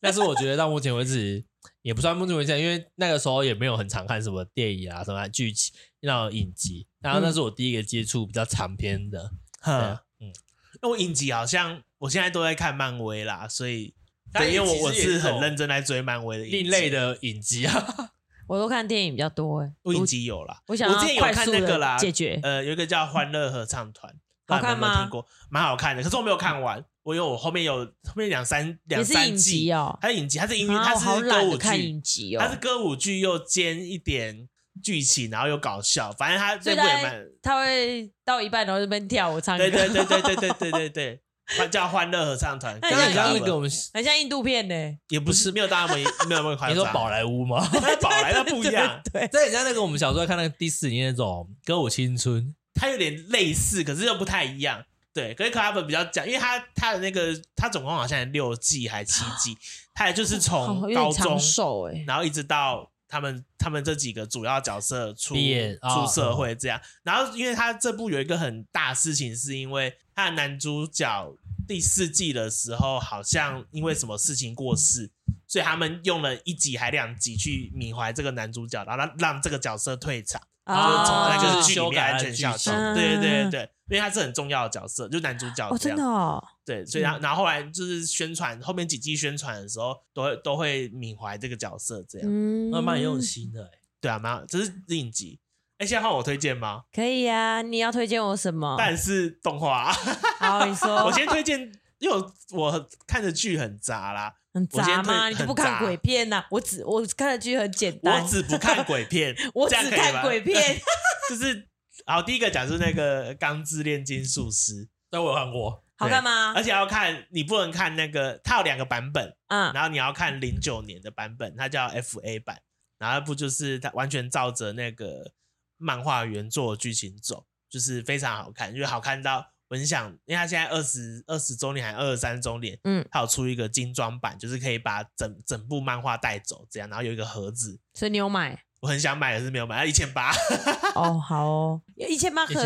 Speaker 1: 但是我觉得到目前为止也不算目前为止，因为那个时候也没有很常看什么电影啊、什么剧情那种影集，然
Speaker 2: 嗯
Speaker 1: 后那是我第一个接触比较长篇的。
Speaker 2: 哼，
Speaker 1: [LAUGHS] 嗯，
Speaker 2: [LAUGHS] 那我影集好像我现在都在看漫威啦，所以
Speaker 1: 但
Speaker 2: 对，因为
Speaker 1: 其实
Speaker 2: 我我
Speaker 1: 也是
Speaker 2: 是很
Speaker 1: 有
Speaker 2: 认真在追漫威的影集
Speaker 1: 另类，的影集
Speaker 2: [LAUGHS]
Speaker 1: 啊，
Speaker 3: 我都看电影比较多哎，
Speaker 2: 我影集有啦，
Speaker 3: 我想要
Speaker 2: 之前有
Speaker 3: 快
Speaker 2: 看
Speaker 3: 速
Speaker 2: 那个啦
Speaker 3: 的，解决。
Speaker 2: 呃，有一个叫欢乐合唱团，不
Speaker 3: 好
Speaker 2: 知道
Speaker 3: 看
Speaker 2: 你们有没有
Speaker 3: 吗
Speaker 2: 听过，蛮好看的，可是我没有看完，我有我后面有后面两三两
Speaker 3: 也是
Speaker 2: 三
Speaker 3: 影
Speaker 2: 季
Speaker 3: 集，哦，
Speaker 2: 它是影集，它是音乐，
Speaker 3: 啊
Speaker 2: 它
Speaker 3: 我好
Speaker 2: 是歌
Speaker 3: 懒
Speaker 2: 舞
Speaker 3: 得看
Speaker 2: 剧，
Speaker 3: 影集
Speaker 2: 它是
Speaker 3: 哦，
Speaker 2: 歌舞剧又兼一点剧情，然后又搞笑，反正它
Speaker 3: 所
Speaker 2: 这
Speaker 3: 以
Speaker 2: 部也蛮
Speaker 3: 他他会到一半然后这边跳舞唱歌，
Speaker 2: 对对对对对对对对对，欢叫欢乐合唱团，
Speaker 3: 那
Speaker 1: 刚
Speaker 3: 很
Speaker 2: 跟
Speaker 1: 刚
Speaker 3: 像
Speaker 2: 那
Speaker 1: 你刚
Speaker 2: 个
Speaker 1: 那个我们
Speaker 3: [LAUGHS] 很像印度片呢。
Speaker 2: 也不是没有
Speaker 1: [LAUGHS]
Speaker 2: 到那么没有那么夸
Speaker 1: 你
Speaker 2: 张，
Speaker 1: 说宝莱坞吗？ [LAUGHS]
Speaker 2: 它宝来它不一样，
Speaker 3: [LAUGHS] 对，
Speaker 1: 这很像那个我们小时候看那个迪士尼那种《歌舞青春
Speaker 2: 它有点类似，可是又不太一样。对，可是 Club 比较讲，因为它它的那个它总共好像有六季还七季，它也
Speaker 1: 哦
Speaker 2: 就是
Speaker 3: 好
Speaker 2: 从
Speaker 3: 哦有
Speaker 2: 高
Speaker 3: 点
Speaker 2: 中
Speaker 3: 长，寿哎，
Speaker 2: 然后一直到他们他们这几个主要角色出
Speaker 1: 毕业
Speaker 2: 出
Speaker 1: 哦
Speaker 2: 社会这样。然后因为它这部有一个很大事情，是因为它的男主角第四季的时候好像因为什么事情过世，所以他们用了一集还两集去缅怀这个男主角，然后让让这个角色退场。
Speaker 3: 哦
Speaker 2: 就是从
Speaker 1: 啊
Speaker 2: 那个
Speaker 1: 就是
Speaker 2: 剧里
Speaker 1: 修
Speaker 2: 面
Speaker 1: 改
Speaker 2: 安
Speaker 1: 了
Speaker 2: 全
Speaker 1: 剧
Speaker 2: 下
Speaker 1: 情
Speaker 2: 手，对对对
Speaker 3: 嗯
Speaker 2: 对，因为他是很重要的角色，就男主角
Speaker 3: 哦，
Speaker 2: 这
Speaker 3: 真
Speaker 2: 样。
Speaker 3: 的哦，
Speaker 2: 对，所以然后然后后来就是宣传后面几季宣传的时候，都会都会缅怀这个角色这样。
Speaker 3: 嗯》，
Speaker 1: 那蛮用心的、欸。
Speaker 2: 对啊，蛮好，这是影集。哎，现在换我推荐吗？
Speaker 3: 可以呀、你要推荐我什么？
Speaker 2: 但是动画，啊
Speaker 3: 好，你说，
Speaker 2: [LAUGHS] 我先推荐，因为我我看的剧很杂啦，
Speaker 3: 很
Speaker 2: 我先
Speaker 3: 杂
Speaker 2: 推
Speaker 3: 吗？你就
Speaker 2: 很
Speaker 3: 不
Speaker 2: 杂
Speaker 3: 看鬼片呐、我只我看的剧很简
Speaker 2: 我
Speaker 3: 单，，
Speaker 2: 只不看鬼片
Speaker 3: [LAUGHS] 我
Speaker 2: 这样
Speaker 3: 只
Speaker 2: 可以
Speaker 3: 看
Speaker 2: 吗
Speaker 3: 鬼，片。
Speaker 2: [LAUGHS] 就是。好，第一个讲是那个《钢之炼金术师》，
Speaker 1: 但我有看 [LAUGHS] 过，
Speaker 3: 好看吗
Speaker 2: 而？且要看你不能看那个，它有两个版本，
Speaker 3: 嗯，
Speaker 2: 然后你要看零九年的版本，它叫 FA 版，然后不就是它完全照着那个漫画原作的剧情走，就是非常好看，因为好看到我很想，因为它现在二十二十周年还二十三周年，
Speaker 3: 嗯，
Speaker 2: 它有出一个精装版，就是可以把整整部漫画带走这样，然后有一个盒子，
Speaker 3: 所以你有买
Speaker 2: 我很想买，可是没有买，一千八，
Speaker 3: 哦？好哦，一千八可以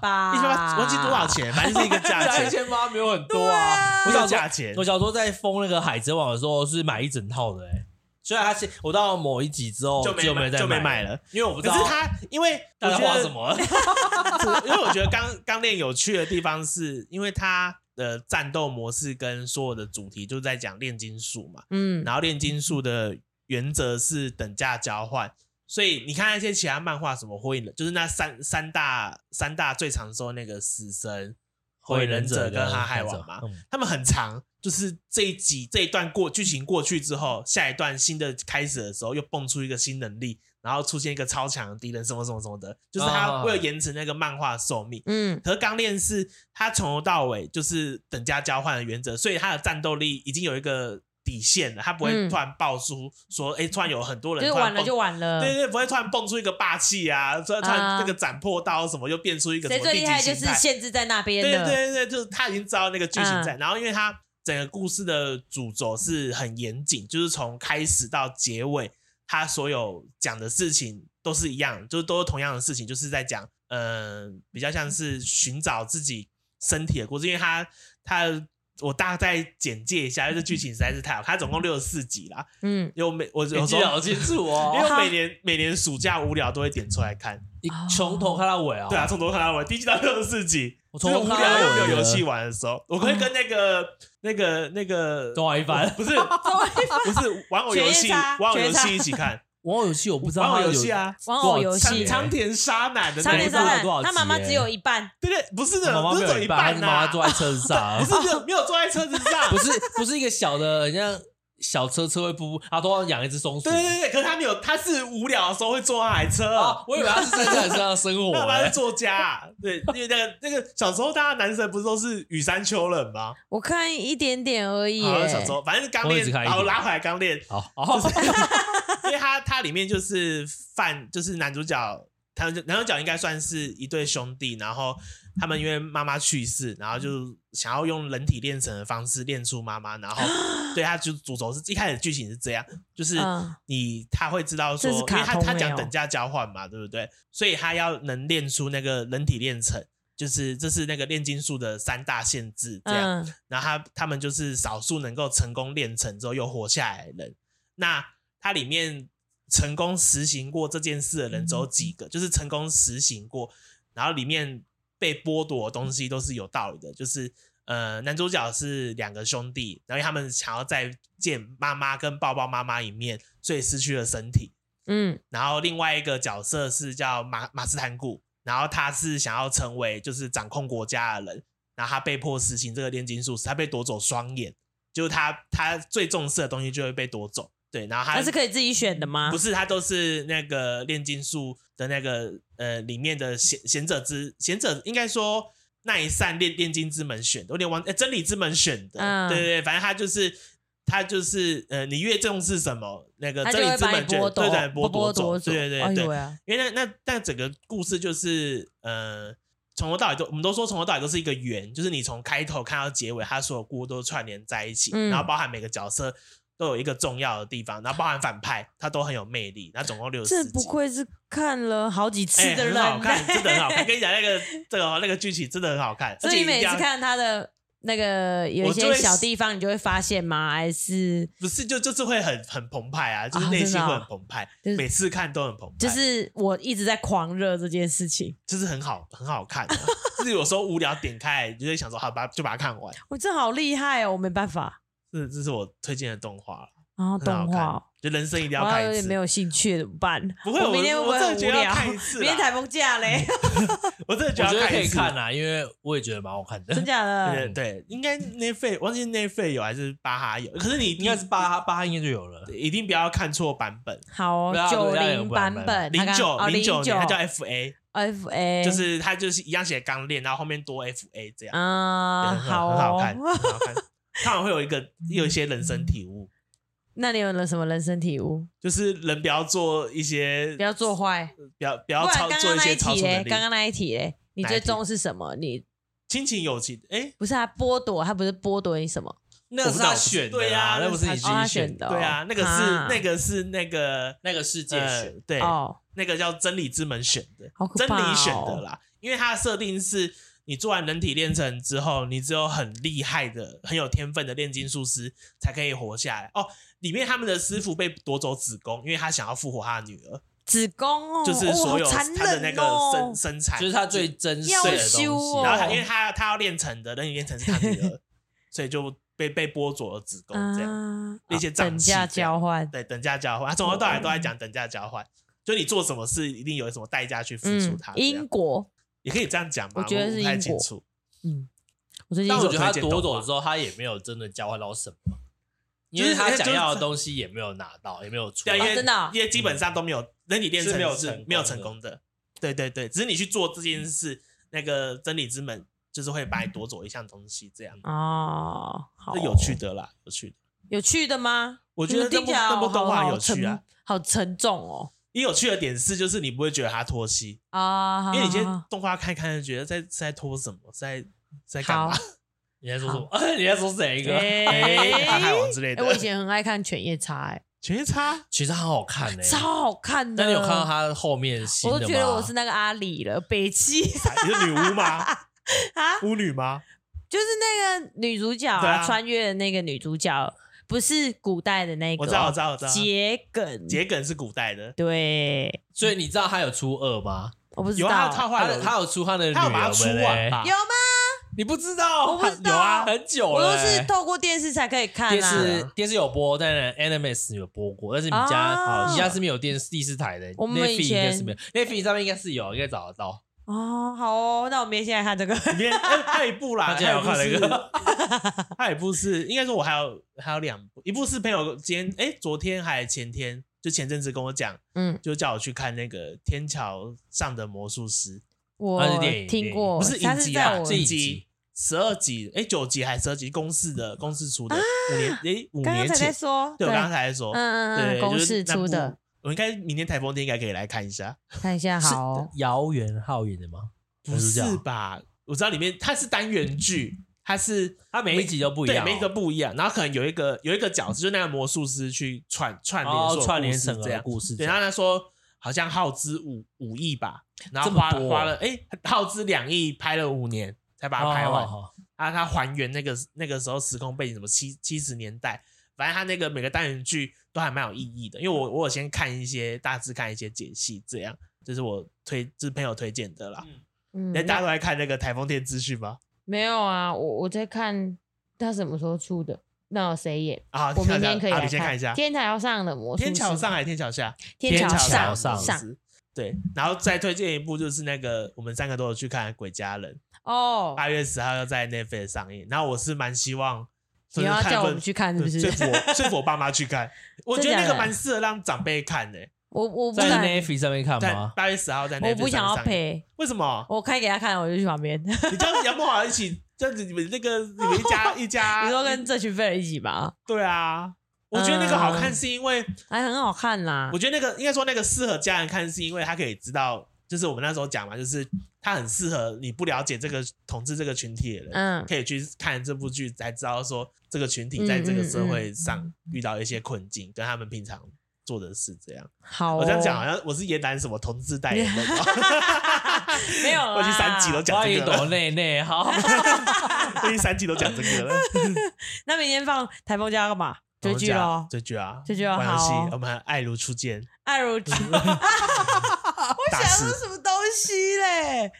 Speaker 3: 吧？
Speaker 2: 一千八忘记多少？钱，反正是一个
Speaker 1: [LAUGHS]
Speaker 2: 价
Speaker 1: 啊一
Speaker 2: 钱，
Speaker 1: 千八没有很多啊。我
Speaker 2: 不是
Speaker 1: 想说
Speaker 2: 价钱
Speaker 1: 我，小时候在封那个海贼王的时候是买一整套的、欸，虽然它是我到某一集之后
Speaker 2: 就没
Speaker 1: 没
Speaker 2: 买
Speaker 1: 再
Speaker 2: 就没买
Speaker 1: 买，
Speaker 2: 了。
Speaker 1: 因为我不知
Speaker 2: 可
Speaker 1: 道
Speaker 2: 是它，因为
Speaker 1: 大
Speaker 2: 我
Speaker 1: 家
Speaker 2: 觉
Speaker 1: 画
Speaker 2: 得
Speaker 1: 什么。
Speaker 2: [LAUGHS] 因为我觉得钢钢炼有趣的地方是，因为它的战斗模式跟所有的主题就是在讲炼金术嘛，
Speaker 3: 嗯，
Speaker 2: 然后炼金术的原则是等价交换，所以你看那些其他漫画什么火影忍，就是那三三大三大最常说那个死神、火影忍者跟哈海
Speaker 1: [LAUGHS]
Speaker 2: 王嘛，
Speaker 1: 嗯
Speaker 2: 他们很长，就是这一集这一段过剧情过去之后，下一段新的开始的时候，又蹦出一个新能力，然后出现一个超强的敌人，什么什么什么的，就是他
Speaker 1: 啊
Speaker 2: 为了延迟那个漫画寿命。
Speaker 3: 嗯，
Speaker 2: 可是钢炼是他从头到尾就是等价交换的原则，所以他的战斗力已经有一个底线了，他不会
Speaker 3: 嗯
Speaker 2: 突然爆出说，哎、突然有很多人
Speaker 3: 就是
Speaker 2: 突然
Speaker 3: 晚了
Speaker 2: 蹦
Speaker 3: 就晚了。
Speaker 2: 对对，不会突然蹦出一个霸气啊，突然突然
Speaker 3: 啊
Speaker 2: 那个斩破刀什么又变出一个什
Speaker 3: 谁
Speaker 2: 么
Speaker 3: 最
Speaker 2: 地
Speaker 3: 厉
Speaker 2: 级
Speaker 3: 害就
Speaker 2: 形
Speaker 3: 是
Speaker 2: 态
Speaker 3: 限制在那边
Speaker 2: 对
Speaker 3: 的。
Speaker 2: 对对，就是他已经知道那个剧
Speaker 1: 嗯
Speaker 2: 情在，然后因为他整个故事的主轴是很严谨，就是从开始到结尾，他所有讲的事情都是一样，就是都是同样的事情，就是在讲，嗯、比较像是寻找自己身体的故事，因为他他。我大概简介一下，因为这剧情实在是太好，它总共六十四集啦。
Speaker 3: 嗯，
Speaker 2: 因为我每我
Speaker 1: 你
Speaker 2: 有时
Speaker 1: 记
Speaker 2: 候，
Speaker 1: 得好清楚
Speaker 2: 因为
Speaker 1: 哦，
Speaker 2: 我每年每年暑假无聊都会点出来看。
Speaker 1: 你从头看到尾啊。
Speaker 2: 对啊，从头看到尾，第一季到六十四集，
Speaker 1: 我
Speaker 2: 就
Speaker 1: 从
Speaker 2: 是
Speaker 1: 头
Speaker 2: 无
Speaker 1: 看
Speaker 2: 聊
Speaker 1: 到
Speaker 2: 又没有
Speaker 1: 尾
Speaker 2: 游
Speaker 1: 了
Speaker 2: 戏玩的时候，我会跟那个、那个、那个
Speaker 1: 都玩一
Speaker 2: [LAUGHS]
Speaker 1: 番。
Speaker 2: 不是不是玩偶游
Speaker 3: 犬夜
Speaker 2: 戏，
Speaker 3: 叉
Speaker 2: 玩偶游
Speaker 3: 犬夜叉
Speaker 2: 戏一
Speaker 1: [LAUGHS]
Speaker 2: 起看，
Speaker 1: 玩偶游戏我不知道，
Speaker 2: 玩偶游戏，啊，
Speaker 3: 玩偶游戏
Speaker 2: 长
Speaker 1: 耶
Speaker 2: 长田沙男的
Speaker 3: 差
Speaker 2: 那
Speaker 3: 点
Speaker 2: 一
Speaker 1: 田沙
Speaker 2: 部
Speaker 3: 上
Speaker 1: 男
Speaker 3: 来
Speaker 1: 多少，集
Speaker 3: 他妈妈
Speaker 1: 耶
Speaker 3: 只有一半，
Speaker 2: 对对，不是
Speaker 1: 他
Speaker 2: 的，
Speaker 1: 妈妈
Speaker 2: 不
Speaker 1: 没
Speaker 2: 是
Speaker 1: 有
Speaker 2: 走
Speaker 1: 一半，
Speaker 2: 半啊
Speaker 1: 他
Speaker 2: 呐、
Speaker 1: 妈妈坐在车子上啊
Speaker 2: [LAUGHS] 不，是没有没有坐在车子上
Speaker 1: [LAUGHS] 不，是不是一个小的，人家小车车位布布，然后都要养一只松鼠
Speaker 2: 对。对对，可是他没有，他是无聊的时候会坐那台车。
Speaker 1: [LAUGHS] 哦，我以为他是在这台车上生活
Speaker 2: [LAUGHS] 那他是
Speaker 1: 欸，
Speaker 2: 作家、啊，对，因为那个那个小时候，大家男生不是都是羽山丘冷吗？
Speaker 3: 我看一点点而已
Speaker 2: 好像小
Speaker 3: 耶
Speaker 2: 时。候，反正刚
Speaker 1: 我也只看一
Speaker 2: 练，好
Speaker 1: 点
Speaker 2: 拉回来刚练，
Speaker 1: 好，哦，
Speaker 2: 因为他他里面就是犯，就是男主角，他男主角应该算是一对兄弟，然后他们因为妈妈去世，然后就想要用人体炼成的方式炼出妈妈，然
Speaker 3: [GASPS]
Speaker 2: 后对他就主轴是一开始剧情是这样，就是
Speaker 3: 嗯
Speaker 2: 你他会知道
Speaker 3: 这
Speaker 2: 说，
Speaker 3: 是
Speaker 2: 因为
Speaker 3: 卡
Speaker 2: 他
Speaker 3: 通
Speaker 2: 他讲
Speaker 3: 没有
Speaker 2: 等价交换嘛，对不对？所以他要能炼出那个人体炼成。就是这是那个炼金术的三大限制，这样。
Speaker 3: 嗯
Speaker 2: 然后他他们就是少数能够成功练成之后又活下来的人。那它里面成功实行过这件事的人只有几个，就是成功实行过，然后里面被剥夺的东西都是有道理的，就是。呃，男主角是两个兄弟，然后因为他们想要再见妈妈跟抱抱妈妈一面，所以失去了身体。
Speaker 3: 嗯
Speaker 2: 然后另外一个角色是叫马马斯坦古，然后他是想要成为就是掌控国家的人，然后他被迫实行这个炼金术，他被夺走双眼，就是他他最重视的东西就会被夺走。对，然后他
Speaker 3: 那是可以自己选的吗？
Speaker 2: 不是他都是那个炼金术的那个呃里面的贤贤者之贤者，应该说那一扇炼炼金之门选的，有点忘，呃真理之门选的。
Speaker 3: 嗯
Speaker 2: 对对对，反正他就是。他就是呃，你越重视什么，那个
Speaker 3: 他
Speaker 2: 真
Speaker 3: 就
Speaker 2: 理
Speaker 3: 会
Speaker 2: 之
Speaker 3: 把
Speaker 2: 门
Speaker 3: 你
Speaker 2: 就
Speaker 3: 剥夺，
Speaker 2: 对对剥夺
Speaker 3: 走，
Speaker 2: 走对对对
Speaker 3: 哎
Speaker 2: 对
Speaker 3: 呦，喂啊，
Speaker 2: 因为那那那整个故事就是呃，从头到尾都我们都说从头到尾都是一个圆，就是你从开头看到结尾，它所有故事都串联在一起，
Speaker 3: 嗯
Speaker 2: 然后包含每个角色都有一个重要的地方，然后包含反派它都很有魅力，那总共六十
Speaker 3: 这
Speaker 2: 四
Speaker 3: 不
Speaker 2: 集。
Speaker 3: 愧是看了好几次
Speaker 2: 哎
Speaker 3: 的人
Speaker 2: 很好
Speaker 3: 呢，
Speaker 2: 看，真的很好
Speaker 3: [LAUGHS]
Speaker 2: 看。跟你讲，那个这个哦那个剧情真的很好看，而
Speaker 3: 所以
Speaker 2: 且
Speaker 3: 你
Speaker 2: 一定
Speaker 3: 每次
Speaker 2: 要
Speaker 3: 看他的那个有一
Speaker 2: 我就
Speaker 3: 些
Speaker 2: 会
Speaker 3: 小地方，你就会发现吗？还是
Speaker 2: 不是就就是会很很澎湃啊，就是
Speaker 3: 啊
Speaker 2: 内
Speaker 3: 真的
Speaker 2: 心会
Speaker 3: 哦
Speaker 2: 很澎湃，
Speaker 3: 就是
Speaker 2: 每次看都很澎湃，
Speaker 3: 就是我一直在狂热这件事情，
Speaker 2: 就是很好很好看啊、 [LAUGHS] 就是有时候无聊点开，你就会想说好吧，就把它看完。
Speaker 3: 我这好厉害哦，我没办法。
Speaker 2: 这这是我推荐的动画了。
Speaker 3: 然后
Speaker 2: 很好
Speaker 3: 动
Speaker 2: 看，
Speaker 3: 画哦，
Speaker 2: 就人生一定要
Speaker 3: 我
Speaker 2: 看
Speaker 3: 有
Speaker 2: 一
Speaker 3: 点
Speaker 2: 次。
Speaker 3: 没有兴趣怎么办？
Speaker 2: 不会
Speaker 3: 我
Speaker 2: 我
Speaker 3: 明天会不
Speaker 2: 我
Speaker 3: 会
Speaker 2: 真的
Speaker 3: 很无
Speaker 2: 觉得要
Speaker 3: 聊？
Speaker 2: 看一次啦
Speaker 3: [LAUGHS] 明天台风假
Speaker 2: [LAUGHS]
Speaker 3: 嘞，
Speaker 2: 我真的
Speaker 1: 我
Speaker 2: 觉
Speaker 1: 觉
Speaker 2: 得
Speaker 1: 得
Speaker 2: 要
Speaker 1: 可以
Speaker 2: 一次
Speaker 1: 看啊，因为我也觉得蛮好看的，
Speaker 3: 真假的？
Speaker 2: 对对对，应该内费，忘记内费有还是巴哈有，可是你
Speaker 1: 应该是八八哈应该就有了。
Speaker 2: 一定不要看错版本。
Speaker 3: 好
Speaker 1: 不要
Speaker 3: 哦，九
Speaker 1: 不要
Speaker 3: 零
Speaker 1: 不要
Speaker 3: 版
Speaker 1: 不要
Speaker 3: 本，
Speaker 2: 零九
Speaker 3: 哦零
Speaker 2: 零九
Speaker 3: 九哎
Speaker 2: 年，它叫 F A，
Speaker 3: F A，
Speaker 2: 就是它就是一样写钢炼，然后后面多 F A 这样，对
Speaker 3: 啊，
Speaker 2: 很好很好看，
Speaker 3: 哦。
Speaker 2: 很好
Speaker 3: [LAUGHS]
Speaker 2: 看。看完会有一个有一些人生体悟，
Speaker 3: 那你有了什么人生体悟？
Speaker 2: 就是人不要做一些
Speaker 3: 不要做坏，
Speaker 2: 不要不
Speaker 3: 不
Speaker 2: 要
Speaker 3: 然
Speaker 2: 超
Speaker 3: 刚
Speaker 2: 做
Speaker 3: 刚
Speaker 2: 一
Speaker 3: 那
Speaker 2: 些
Speaker 3: 一
Speaker 2: 超
Speaker 3: 题
Speaker 2: 出能
Speaker 3: 嘞，
Speaker 2: 力。
Speaker 3: 刚刚那一题嘞，你
Speaker 2: 哪
Speaker 3: 最
Speaker 2: 一题
Speaker 3: 重视什么？你
Speaker 2: 亲情友情，哎，
Speaker 3: 不是他剥夺，他不是剥夺你什么？
Speaker 1: 那个是他选的啦，
Speaker 2: 对呀
Speaker 1: 那不是你
Speaker 3: 哦，他
Speaker 1: 自己
Speaker 3: 选
Speaker 1: 选
Speaker 3: 的哦，
Speaker 2: 对啊，那个
Speaker 3: 啊
Speaker 2: 是那个是那个
Speaker 1: 那个世界
Speaker 2: 呃
Speaker 1: 选。
Speaker 2: 对
Speaker 3: 哦，
Speaker 2: 那个叫真理之门选的，
Speaker 3: 好可
Speaker 2: 真
Speaker 3: 怕
Speaker 2: 理选
Speaker 3: 哦
Speaker 2: 的啦，因为它的设定是你做完人体炼成之后，你只有很厉害的、很有天分的炼金术师才可以活下来。哦，里面他们的师傅被夺走子宫，因为他想要复活他的女儿，
Speaker 3: 子宫哦，
Speaker 2: 就是
Speaker 3: 哦
Speaker 2: 所有
Speaker 3: 好残
Speaker 2: 他的那
Speaker 3: 忍
Speaker 2: 个
Speaker 3: 哦
Speaker 2: 身，身材，
Speaker 1: 就是他最真实的
Speaker 3: 要
Speaker 1: 东西，
Speaker 3: 修哦
Speaker 2: 然后他因为他他要炼成的人体炼成是他女
Speaker 3: [LAUGHS]
Speaker 2: 儿，所以就被被剥夺了子宫这样。
Speaker 3: 啊
Speaker 2: 那些脏
Speaker 3: 等
Speaker 2: 器
Speaker 3: 价
Speaker 2: 这样
Speaker 3: 交换，
Speaker 2: 对，等价交换，他从头到尾都在讲等价交换，就你做什么事一定有什么代价去付出
Speaker 3: 嗯
Speaker 2: 它，。这样
Speaker 3: 英国，
Speaker 2: 也可以这样讲吗？
Speaker 3: 我觉得是
Speaker 2: 不太
Speaker 3: 英
Speaker 2: 清
Speaker 3: 国
Speaker 2: 楚。
Speaker 3: 嗯，我最近
Speaker 1: 但我觉得他
Speaker 2: 推荐
Speaker 1: 夺
Speaker 2: 动
Speaker 1: 走
Speaker 2: 画
Speaker 1: 之后，他也没有真的交换到什么，因
Speaker 2: 就是
Speaker 1: 为他
Speaker 2: 就是
Speaker 1: 想要的东西也没有拿到，也没有出来。
Speaker 2: 对，因为、
Speaker 3: 真的哦
Speaker 2: 因为基本上都没有人体炼成
Speaker 1: 嗯是没有成
Speaker 2: 是
Speaker 1: 功
Speaker 2: 没有成功的。对对对，只是你去做这件事，那个真理之门就是会把你夺走一项东西，这样
Speaker 3: 哦，好
Speaker 2: 这有趣的啦，有趣的。
Speaker 3: 有趣的吗？
Speaker 2: 我觉
Speaker 3: 你
Speaker 2: 得
Speaker 3: 们
Speaker 2: 这
Speaker 3: 听
Speaker 2: 部
Speaker 3: 起来
Speaker 2: 这部
Speaker 3: 好
Speaker 2: 动画
Speaker 3: 好
Speaker 2: 有趣啊
Speaker 3: 沉，好沉重哦
Speaker 2: 也有趣的点是，就是你不会觉得它拖戏，
Speaker 3: 啊，好
Speaker 2: 因为你今
Speaker 3: 好
Speaker 2: 天
Speaker 3: 好
Speaker 2: 动画看一看就觉得在在拖什么，在在干嘛
Speaker 3: 好？
Speaker 1: 你在说什么？ [LAUGHS] 你在说哪一个？
Speaker 2: [LAUGHS]
Speaker 3: 哎
Speaker 2: 哎，大海王之类
Speaker 3: 哎，
Speaker 2: 的
Speaker 3: 我以，前很爱看《犬夜叉》，哎，
Speaker 2: 犬夜叉
Speaker 1: 其实他很好看呢、
Speaker 3: 超好看的。
Speaker 1: 但你有看到？他后面新
Speaker 3: 我
Speaker 1: 的吗？
Speaker 3: 都觉得我是那个阿里了，北七 [LAUGHS]
Speaker 2: 你是女巫 [LAUGHS] 吗？
Speaker 3: 啊，
Speaker 2: 巫女吗？
Speaker 3: 就是那个女主角
Speaker 2: 对
Speaker 3: 啊，
Speaker 2: 啊
Speaker 3: 穿越的那个女主角，不是古代的那个哦，
Speaker 2: 我知道，我知道，我知道。
Speaker 3: 桔梗，
Speaker 2: 桔梗是古代的，
Speaker 3: 对，
Speaker 1: 所以你知道他有出二吗？
Speaker 3: 我不知
Speaker 2: 有啊，他
Speaker 3: 道，
Speaker 2: 画
Speaker 1: 他
Speaker 2: 了，
Speaker 1: 他有出他的女
Speaker 2: 他有把
Speaker 1: 儿
Speaker 2: 它出
Speaker 1: 们嘞
Speaker 2: 完吧？
Speaker 3: 有吗？
Speaker 1: 你不知道？
Speaker 3: 我不知道
Speaker 1: 有啊，很久
Speaker 3: 我
Speaker 1: 了
Speaker 3: 都
Speaker 1: 欸、
Speaker 3: 是透过电视才可以看
Speaker 1: 电
Speaker 3: 啊。
Speaker 1: 视电视有播，但 Animax 有播过，但是你们家、哦
Speaker 3: 啊
Speaker 1: 你家是没有电视第四台的，
Speaker 3: 我们
Speaker 1: Netflix
Speaker 3: 以前
Speaker 1: 应该是没有，Netflix 上面应该是有，应该找得到。
Speaker 3: 哦，好哦，那我明天现在看这个。
Speaker 2: 里面哎还有一部
Speaker 1: 大
Speaker 2: 啦，
Speaker 1: 家有看了
Speaker 2: 了
Speaker 1: 一
Speaker 2: 一
Speaker 1: 个
Speaker 2: 个，还有一部是， [LAUGHS] 应该说我还有还有两部，一部是朋友今天哎昨天还前天就前阵子跟我讲，
Speaker 3: [LAUGHS] 嗯，
Speaker 2: 就叫我去看那个《天桥上的魔术师》，
Speaker 3: 我
Speaker 1: 它是电影
Speaker 3: 听过，
Speaker 2: 哦不是
Speaker 3: 它
Speaker 2: 影
Speaker 3: 是
Speaker 2: 集
Speaker 3: 在
Speaker 2: 啊，
Speaker 3: 我
Speaker 1: 是
Speaker 2: 影
Speaker 1: 影集
Speaker 2: 集十二集，哎九集还是十二集，公式的公式出的，五年哎五
Speaker 3: 刚刚
Speaker 2: 年
Speaker 3: 才在
Speaker 2: 前，
Speaker 3: 说，
Speaker 2: 对我嗯刚才说，
Speaker 3: 嗯嗯嗯，
Speaker 2: 对，
Speaker 3: 公
Speaker 2: 就是
Speaker 3: 式
Speaker 2: 那
Speaker 3: 出
Speaker 2: 部 [LAUGHS]
Speaker 3: 的，，
Speaker 2: 我应该明天台风天应该可以来看一下，
Speaker 3: 看一下好哦。
Speaker 1: 姚元浩演的吗？
Speaker 2: 不
Speaker 1: 是这样啊
Speaker 2: 是吧？我知道里面它是单元剧，它是
Speaker 1: 他每一集都不一
Speaker 2: 对，
Speaker 1: 样哦，
Speaker 2: 每一个不一样。然后可能有一个有一个角色，就是那个魔术师去串串联所
Speaker 1: 哦
Speaker 2: 有
Speaker 1: 串联
Speaker 2: 故事
Speaker 1: 整
Speaker 2: 这
Speaker 1: 个
Speaker 2: 样。
Speaker 1: 故事这
Speaker 2: 对，
Speaker 1: 样，
Speaker 2: 然后他说好像耗资五五亿吧，然后
Speaker 1: 这么
Speaker 2: 花了
Speaker 1: 多哦
Speaker 2: 花了哎、耗资两亿拍了五年才把它拍完，
Speaker 1: 哦
Speaker 2: 啊，它还原那个那个时候时空背景，什么七七十年代，反正它那个每个单元剧都还蛮有意义的。因为我我有先看一些大致看一些解析，这样这是我推就是朋友推荐的啦。
Speaker 3: 嗯
Speaker 2: 那、，大家都在看那个台风天资讯吗？
Speaker 3: 没有啊，我我在看他什么时候出的，那有谁演？
Speaker 2: 啊，
Speaker 3: 我明天可以
Speaker 2: 啊，
Speaker 3: 来
Speaker 2: 你先看一下。
Speaker 3: 天桥上的魔术师
Speaker 2: 天桥上，还是天桥下？
Speaker 3: 天桥
Speaker 1: 上
Speaker 3: 上
Speaker 2: 上。对，然后再推荐一部，就是那个我们三个都有去看《鬼家人》，
Speaker 3: 哦，
Speaker 2: 八月十号要在 Netflix 上映。然后我是蛮希望，
Speaker 3: 你要
Speaker 2: 就是看
Speaker 3: 叫我
Speaker 2: 分
Speaker 3: 们去看是不
Speaker 2: 对
Speaker 3: 是？
Speaker 2: 说服我说服我爸妈
Speaker 3: [LAUGHS]
Speaker 2: 去看，我觉
Speaker 3: 真
Speaker 2: 得
Speaker 3: 假
Speaker 2: 那个
Speaker 3: 的
Speaker 2: 蛮适合让长辈看的、
Speaker 3: 我 [LAUGHS] 我不
Speaker 1: 在
Speaker 3: 敢，
Speaker 1: Netflix 上面看
Speaker 2: 在
Speaker 1: 吗？
Speaker 2: 八月十号在那
Speaker 3: 我不想要，陪，
Speaker 2: 为什么？
Speaker 3: 我开给他看，我就去旁边。你
Speaker 2: 你叫杨梦华一起，这样子你们那个你们一
Speaker 3: [LAUGHS]
Speaker 2: 家一家，
Speaker 3: 说跟这群废人一起吧，
Speaker 2: 对啊。我觉得那个好看
Speaker 3: 嗯
Speaker 2: 是因为，
Speaker 3: 还很好看啦
Speaker 2: 我。觉得那个应该说那个适合家人看，是因为他可以知道，就是我们那时候讲嘛，就是他很适合你不了解这个统治这个群体的人，
Speaker 3: 嗯，
Speaker 2: 可以去看这部剧才知道说这个群体在这个社会上遇到一些困境，跟他们平常做的事这样。
Speaker 3: 好哦，
Speaker 2: 我这样讲啊好像我是严南什么同志代言人哦，
Speaker 3: [LAUGHS] 没有啦
Speaker 2: 我已经三集都讲
Speaker 1: 欢
Speaker 2: 这
Speaker 1: 迎
Speaker 2: 个了
Speaker 1: 抖，内内，好，
Speaker 2: 我已经三集都讲这个了。
Speaker 3: 那明天放台风假要干嘛？追剧
Speaker 2: 我们
Speaker 3: 喽
Speaker 2: 讲，追剧啊，
Speaker 3: 追剧哦
Speaker 2: 玩游戏
Speaker 3: 好哦，
Speaker 2: 我们还爱如初见， [LAUGHS]
Speaker 3: 爱如菊。 [LAUGHS]
Speaker 2: 大
Speaker 3: 想
Speaker 2: 事
Speaker 3: 是什么东西嘞？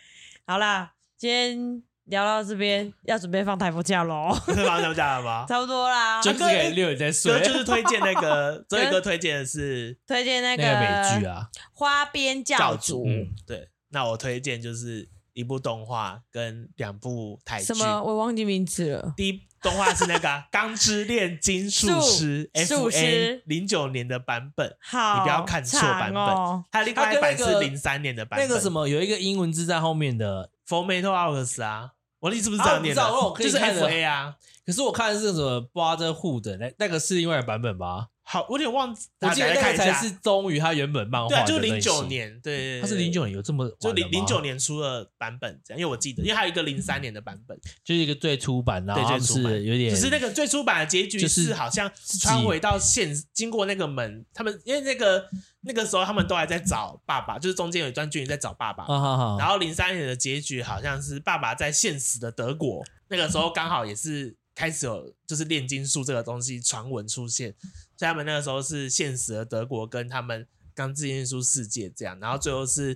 Speaker 3: 好啦，今天聊到这边，要准备放台风假喽，
Speaker 2: 是放上架了吗？
Speaker 3: [LAUGHS] 差不多啦。
Speaker 1: 就是给六人在
Speaker 2: 所
Speaker 1: 睡
Speaker 2: 以就是推荐
Speaker 3: [LAUGHS]
Speaker 2: 那个，周宇哥推荐的是
Speaker 3: 推荐那
Speaker 1: 那
Speaker 3: 个
Speaker 1: 个美剧啊，
Speaker 3: 《花边教主》
Speaker 1: 嗯，
Speaker 2: 对，那我推荐就是一部动画跟两部台剧
Speaker 3: 什。么？我忘记名字了。
Speaker 2: 第一动画是那
Speaker 3: [LAUGHS]
Speaker 2: 个啊《钢之炼金术师》
Speaker 3: 术
Speaker 2: F
Speaker 3: 师
Speaker 2: A 零九年的版本，
Speaker 3: 好，
Speaker 2: 你不要看错版
Speaker 3: 长哦
Speaker 2: 本。还有另外一版
Speaker 1: 它
Speaker 2: 是
Speaker 1: 跟那个
Speaker 2: 零三年的版
Speaker 1: 那
Speaker 2: 本，
Speaker 1: 个什么有一个英文字在后面的，
Speaker 2: 《Formato Hours》啊，我的意思不是
Speaker 1: 啊
Speaker 2: 这样念的，
Speaker 1: 我知道我可以
Speaker 2: 就是 F
Speaker 1: 看的
Speaker 2: A 啊。
Speaker 1: 可是我看的是什么 Brotherhood 那那个是另外的版本吧？
Speaker 2: 好，我有点忘记，
Speaker 1: 我记得那
Speaker 2: 大家
Speaker 1: 个
Speaker 2: 来看一
Speaker 1: 才
Speaker 2: 下
Speaker 1: 是忠于他原本漫画
Speaker 2: 对
Speaker 1: 的那
Speaker 2: 啊，
Speaker 1: 一系，
Speaker 2: 就零九年，对对，对
Speaker 1: 他是零九，年有这么晚
Speaker 2: 就
Speaker 1: 的
Speaker 2: 零
Speaker 1: 吗
Speaker 2: 零九，年出的版本这样，因为我记得，因为还有一个零三年的版本，
Speaker 1: 就是一个最初版，然后
Speaker 2: 对
Speaker 1: 他
Speaker 2: 最
Speaker 1: 们
Speaker 2: 初版
Speaker 1: 是有点
Speaker 2: 只是那个最初版的结局
Speaker 1: 就是
Speaker 2: 是好像
Speaker 1: 自己
Speaker 2: 穿回到现，经过那个门，他们因为那个那个时候他们都还在找爸爸，就是中间有一段剧情在找爸爸，
Speaker 1: 啊哈哈，
Speaker 2: 然后零三年的结局好像是爸爸在现实的德国，那个时候刚好也是开始有就是炼金术这个东西传闻出现，所以他们那个时候是现实的德国跟他们钢之炼金术世界这样，然后最后是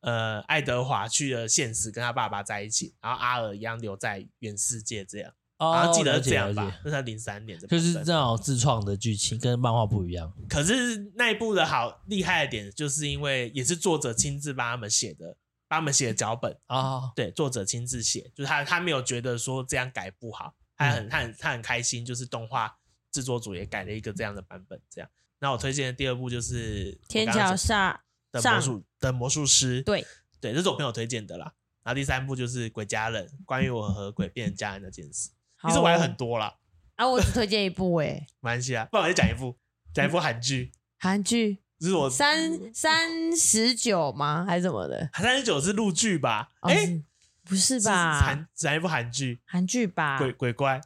Speaker 2: 呃爱德华去了现实跟他爸爸在一起，然后阿尔一样留在原世界这样，然
Speaker 1: 哦
Speaker 2: 后记得
Speaker 1: 了
Speaker 2: 是
Speaker 1: 解
Speaker 2: 这样
Speaker 1: 了
Speaker 2: 吧
Speaker 1: 解，
Speaker 2: 那是零三年的版
Speaker 1: 就
Speaker 2: 本，
Speaker 1: 是这种自创的剧情跟漫画不一样，
Speaker 2: 可是那一部的好厉害的点，就是因为也是作者亲自帮他们写的，帮他们写的脚本。
Speaker 1: 啊，
Speaker 2: 对，作者亲自写，就是他他没有觉得说这样改不好，他
Speaker 1: 嗯
Speaker 2: 很他很他很开心，就是动画制作组也改了一个这样的版本，这样。那我推荐的第二部就是我
Speaker 3: 天
Speaker 2: 刚刚
Speaker 3: 桥下，
Speaker 2: 讲的
Speaker 3: 上
Speaker 2: 魔术的魔术师，
Speaker 3: 对
Speaker 2: 对，这是我朋友推荐的啦。然后第三部就是《鬼家人》，关于我和鬼变成家人那件事，
Speaker 3: 好哦
Speaker 2: 其实我还有很多啦，
Speaker 3: 啊，我只推荐一部诶，
Speaker 2: 没关系啊，不然我就讲一部，讲一部韩剧，
Speaker 3: 韩剧
Speaker 2: 就是我
Speaker 3: 三三十九吗？还是怎么的？
Speaker 2: 三十九是陆剧吧？
Speaker 3: 哦
Speaker 2: 哎、
Speaker 3: 是不是
Speaker 2: 是
Speaker 3: 吧？啊
Speaker 2: 韩讲一部韩剧
Speaker 3: 韩剧吧？
Speaker 2: 鬼鬼怪， [LAUGHS]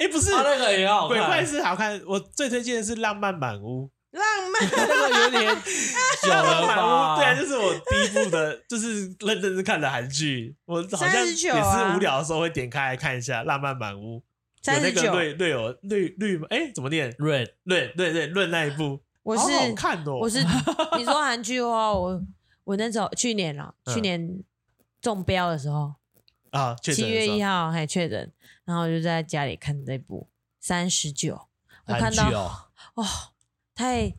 Speaker 2: 哎、不是、
Speaker 1: 他啊那个也好
Speaker 2: 鬼怪
Speaker 1: 看，
Speaker 2: 是好看，我最推荐的是《浪漫满屋
Speaker 3: 浪漫
Speaker 1: 那个有点久》。
Speaker 2: 浪
Speaker 1: 了
Speaker 2: 漫满
Speaker 1: 吧？
Speaker 2: 屋，对啊，就是我第一部的， [LAUGHS] 就是认真是看的韩剧。我好像也
Speaker 3: 39啊
Speaker 2: 是无聊的时候会点开来看一下《浪漫满屋》，有
Speaker 3: 三
Speaker 2: 那
Speaker 3: 十
Speaker 2: 个
Speaker 3: 九，
Speaker 2: 瑞瑞友绿绿吗？哎，怎么念？
Speaker 1: Red
Speaker 2: 论对对论那一部，
Speaker 3: 我
Speaker 2: 好好
Speaker 3: 是
Speaker 2: 看哦。
Speaker 3: 我是你说韩剧的话，我我那时候去年了，
Speaker 2: 嗯
Speaker 3: 去年中标的时候，
Speaker 2: 啊，确诊
Speaker 3: 七
Speaker 2: 的
Speaker 3: 月
Speaker 2: 时候
Speaker 3: 一号还确诊，然后我就在家里看这部三十九，我
Speaker 1: 韩
Speaker 3: 看
Speaker 1: 剧
Speaker 3: 到
Speaker 1: 哦，
Speaker 3: 哦，太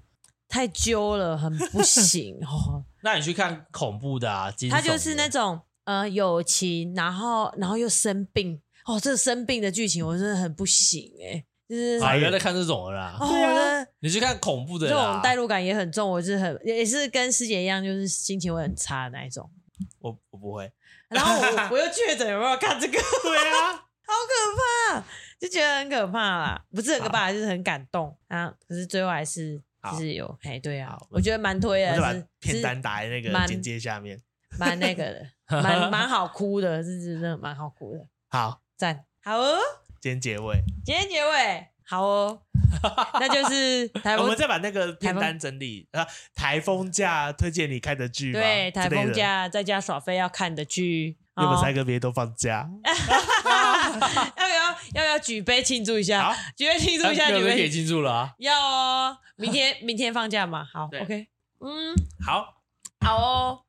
Speaker 3: 太揪了，很不行
Speaker 2: [LAUGHS]
Speaker 3: 哦。
Speaker 1: 那你去看恐怖的啊，惊悚的
Speaker 3: 他就是那种呃友情，然后然后又生病哦，这生病的剧情我真的很不行哎、就是
Speaker 1: 啊，不要再看这种了啦，
Speaker 3: 哦，
Speaker 2: 对啊
Speaker 3: 我真的
Speaker 1: 你去看恐怖的
Speaker 3: 这种
Speaker 1: 啦，
Speaker 3: 代入感也很重，我是很也是跟师姐一样，就是心情会很差的那一种。
Speaker 2: 我我不会。 [LAUGHS]
Speaker 3: 然后我我又确诊，有没有看这个？
Speaker 2: 对啊，
Speaker 3: 就觉得很可怕啦，不是很可怕，就是很感动啊。可是最后还是
Speaker 2: 好
Speaker 3: 就是有，哎，对啊
Speaker 2: 好，
Speaker 3: 我觉得蛮推
Speaker 2: 我
Speaker 3: 的，
Speaker 2: 就把
Speaker 3: 是
Speaker 2: 片单打在那个
Speaker 3: 蛮
Speaker 2: 简介下面。
Speaker 3: 是蛮那个的，蛮蛮好哭的，是真的蛮好哭的，
Speaker 2: 好，
Speaker 3: 赞。好哦，
Speaker 2: 今天结尾，
Speaker 3: 今天结尾好哦，那
Speaker 2: [LAUGHS]
Speaker 3: 就是台
Speaker 2: 我
Speaker 3: 风
Speaker 2: 们再把那个片单整理啊，台风假推荐你看的剧吧
Speaker 3: 对台
Speaker 2: 之类
Speaker 3: 风
Speaker 2: 的，
Speaker 3: 假在家耍飞要看的剧。
Speaker 2: 因为我们
Speaker 3: 哦、
Speaker 2: 三
Speaker 3: 哎
Speaker 2: 个别都放假，
Speaker 3: 要不要要不要举杯庆祝一
Speaker 2: 好
Speaker 3: 下？举杯庆祝一下，
Speaker 1: 没
Speaker 3: 举
Speaker 1: 有人可以
Speaker 3: 杯
Speaker 1: 进入了啊。
Speaker 3: 要哦。
Speaker 2: [LAUGHS]
Speaker 3: 明天明天放假嘛？好
Speaker 2: 对
Speaker 3: ，OK，嗯，
Speaker 2: 好，
Speaker 3: 好哦。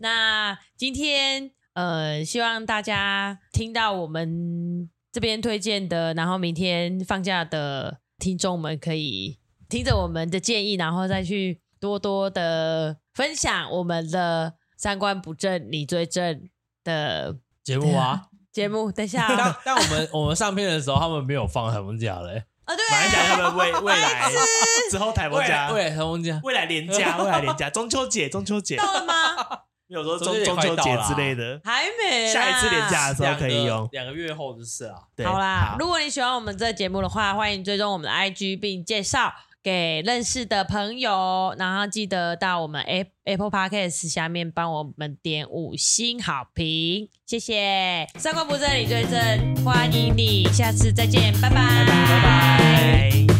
Speaker 3: 那今天呃，希望大家听到我们这边推荐的，然后明天放假的听众们可以听着我们的建议，然后再去多多的分享我们的三观不正你最正的
Speaker 1: 节目啊，
Speaker 3: 节目。等一下
Speaker 1: 但
Speaker 2: [LAUGHS]
Speaker 3: 啊，
Speaker 1: 但我们我们上片的时候，他们没有放台风假嘞。
Speaker 3: 啊对，
Speaker 2: 马来西亚他们未未来之后台风
Speaker 1: 未
Speaker 2: 假
Speaker 1: 来，未来台风假，
Speaker 2: [LAUGHS] 未来连假，未来连假，中秋节，中秋节，
Speaker 3: 到了吗？
Speaker 2: 有时候
Speaker 1: 中秋节
Speaker 2: 中
Speaker 1: 快
Speaker 2: 中秋
Speaker 1: 到
Speaker 2: 节
Speaker 1: 了啊
Speaker 2: 之类的，
Speaker 3: 还没啦，
Speaker 2: 下一次连假的时候可以用。
Speaker 1: 两个月后的事啊。
Speaker 2: 对
Speaker 3: 好啦，
Speaker 2: 好
Speaker 3: 如果你喜欢我们这节目的话，欢迎追踪我们的 IG，并介绍给认识的朋友。然后记得到我们 A- Apple Podcast 下面帮我们点五星好评，谢谢。三观不正，你最正，欢迎你，下次再见，拜拜，拜
Speaker 2: 拜拜。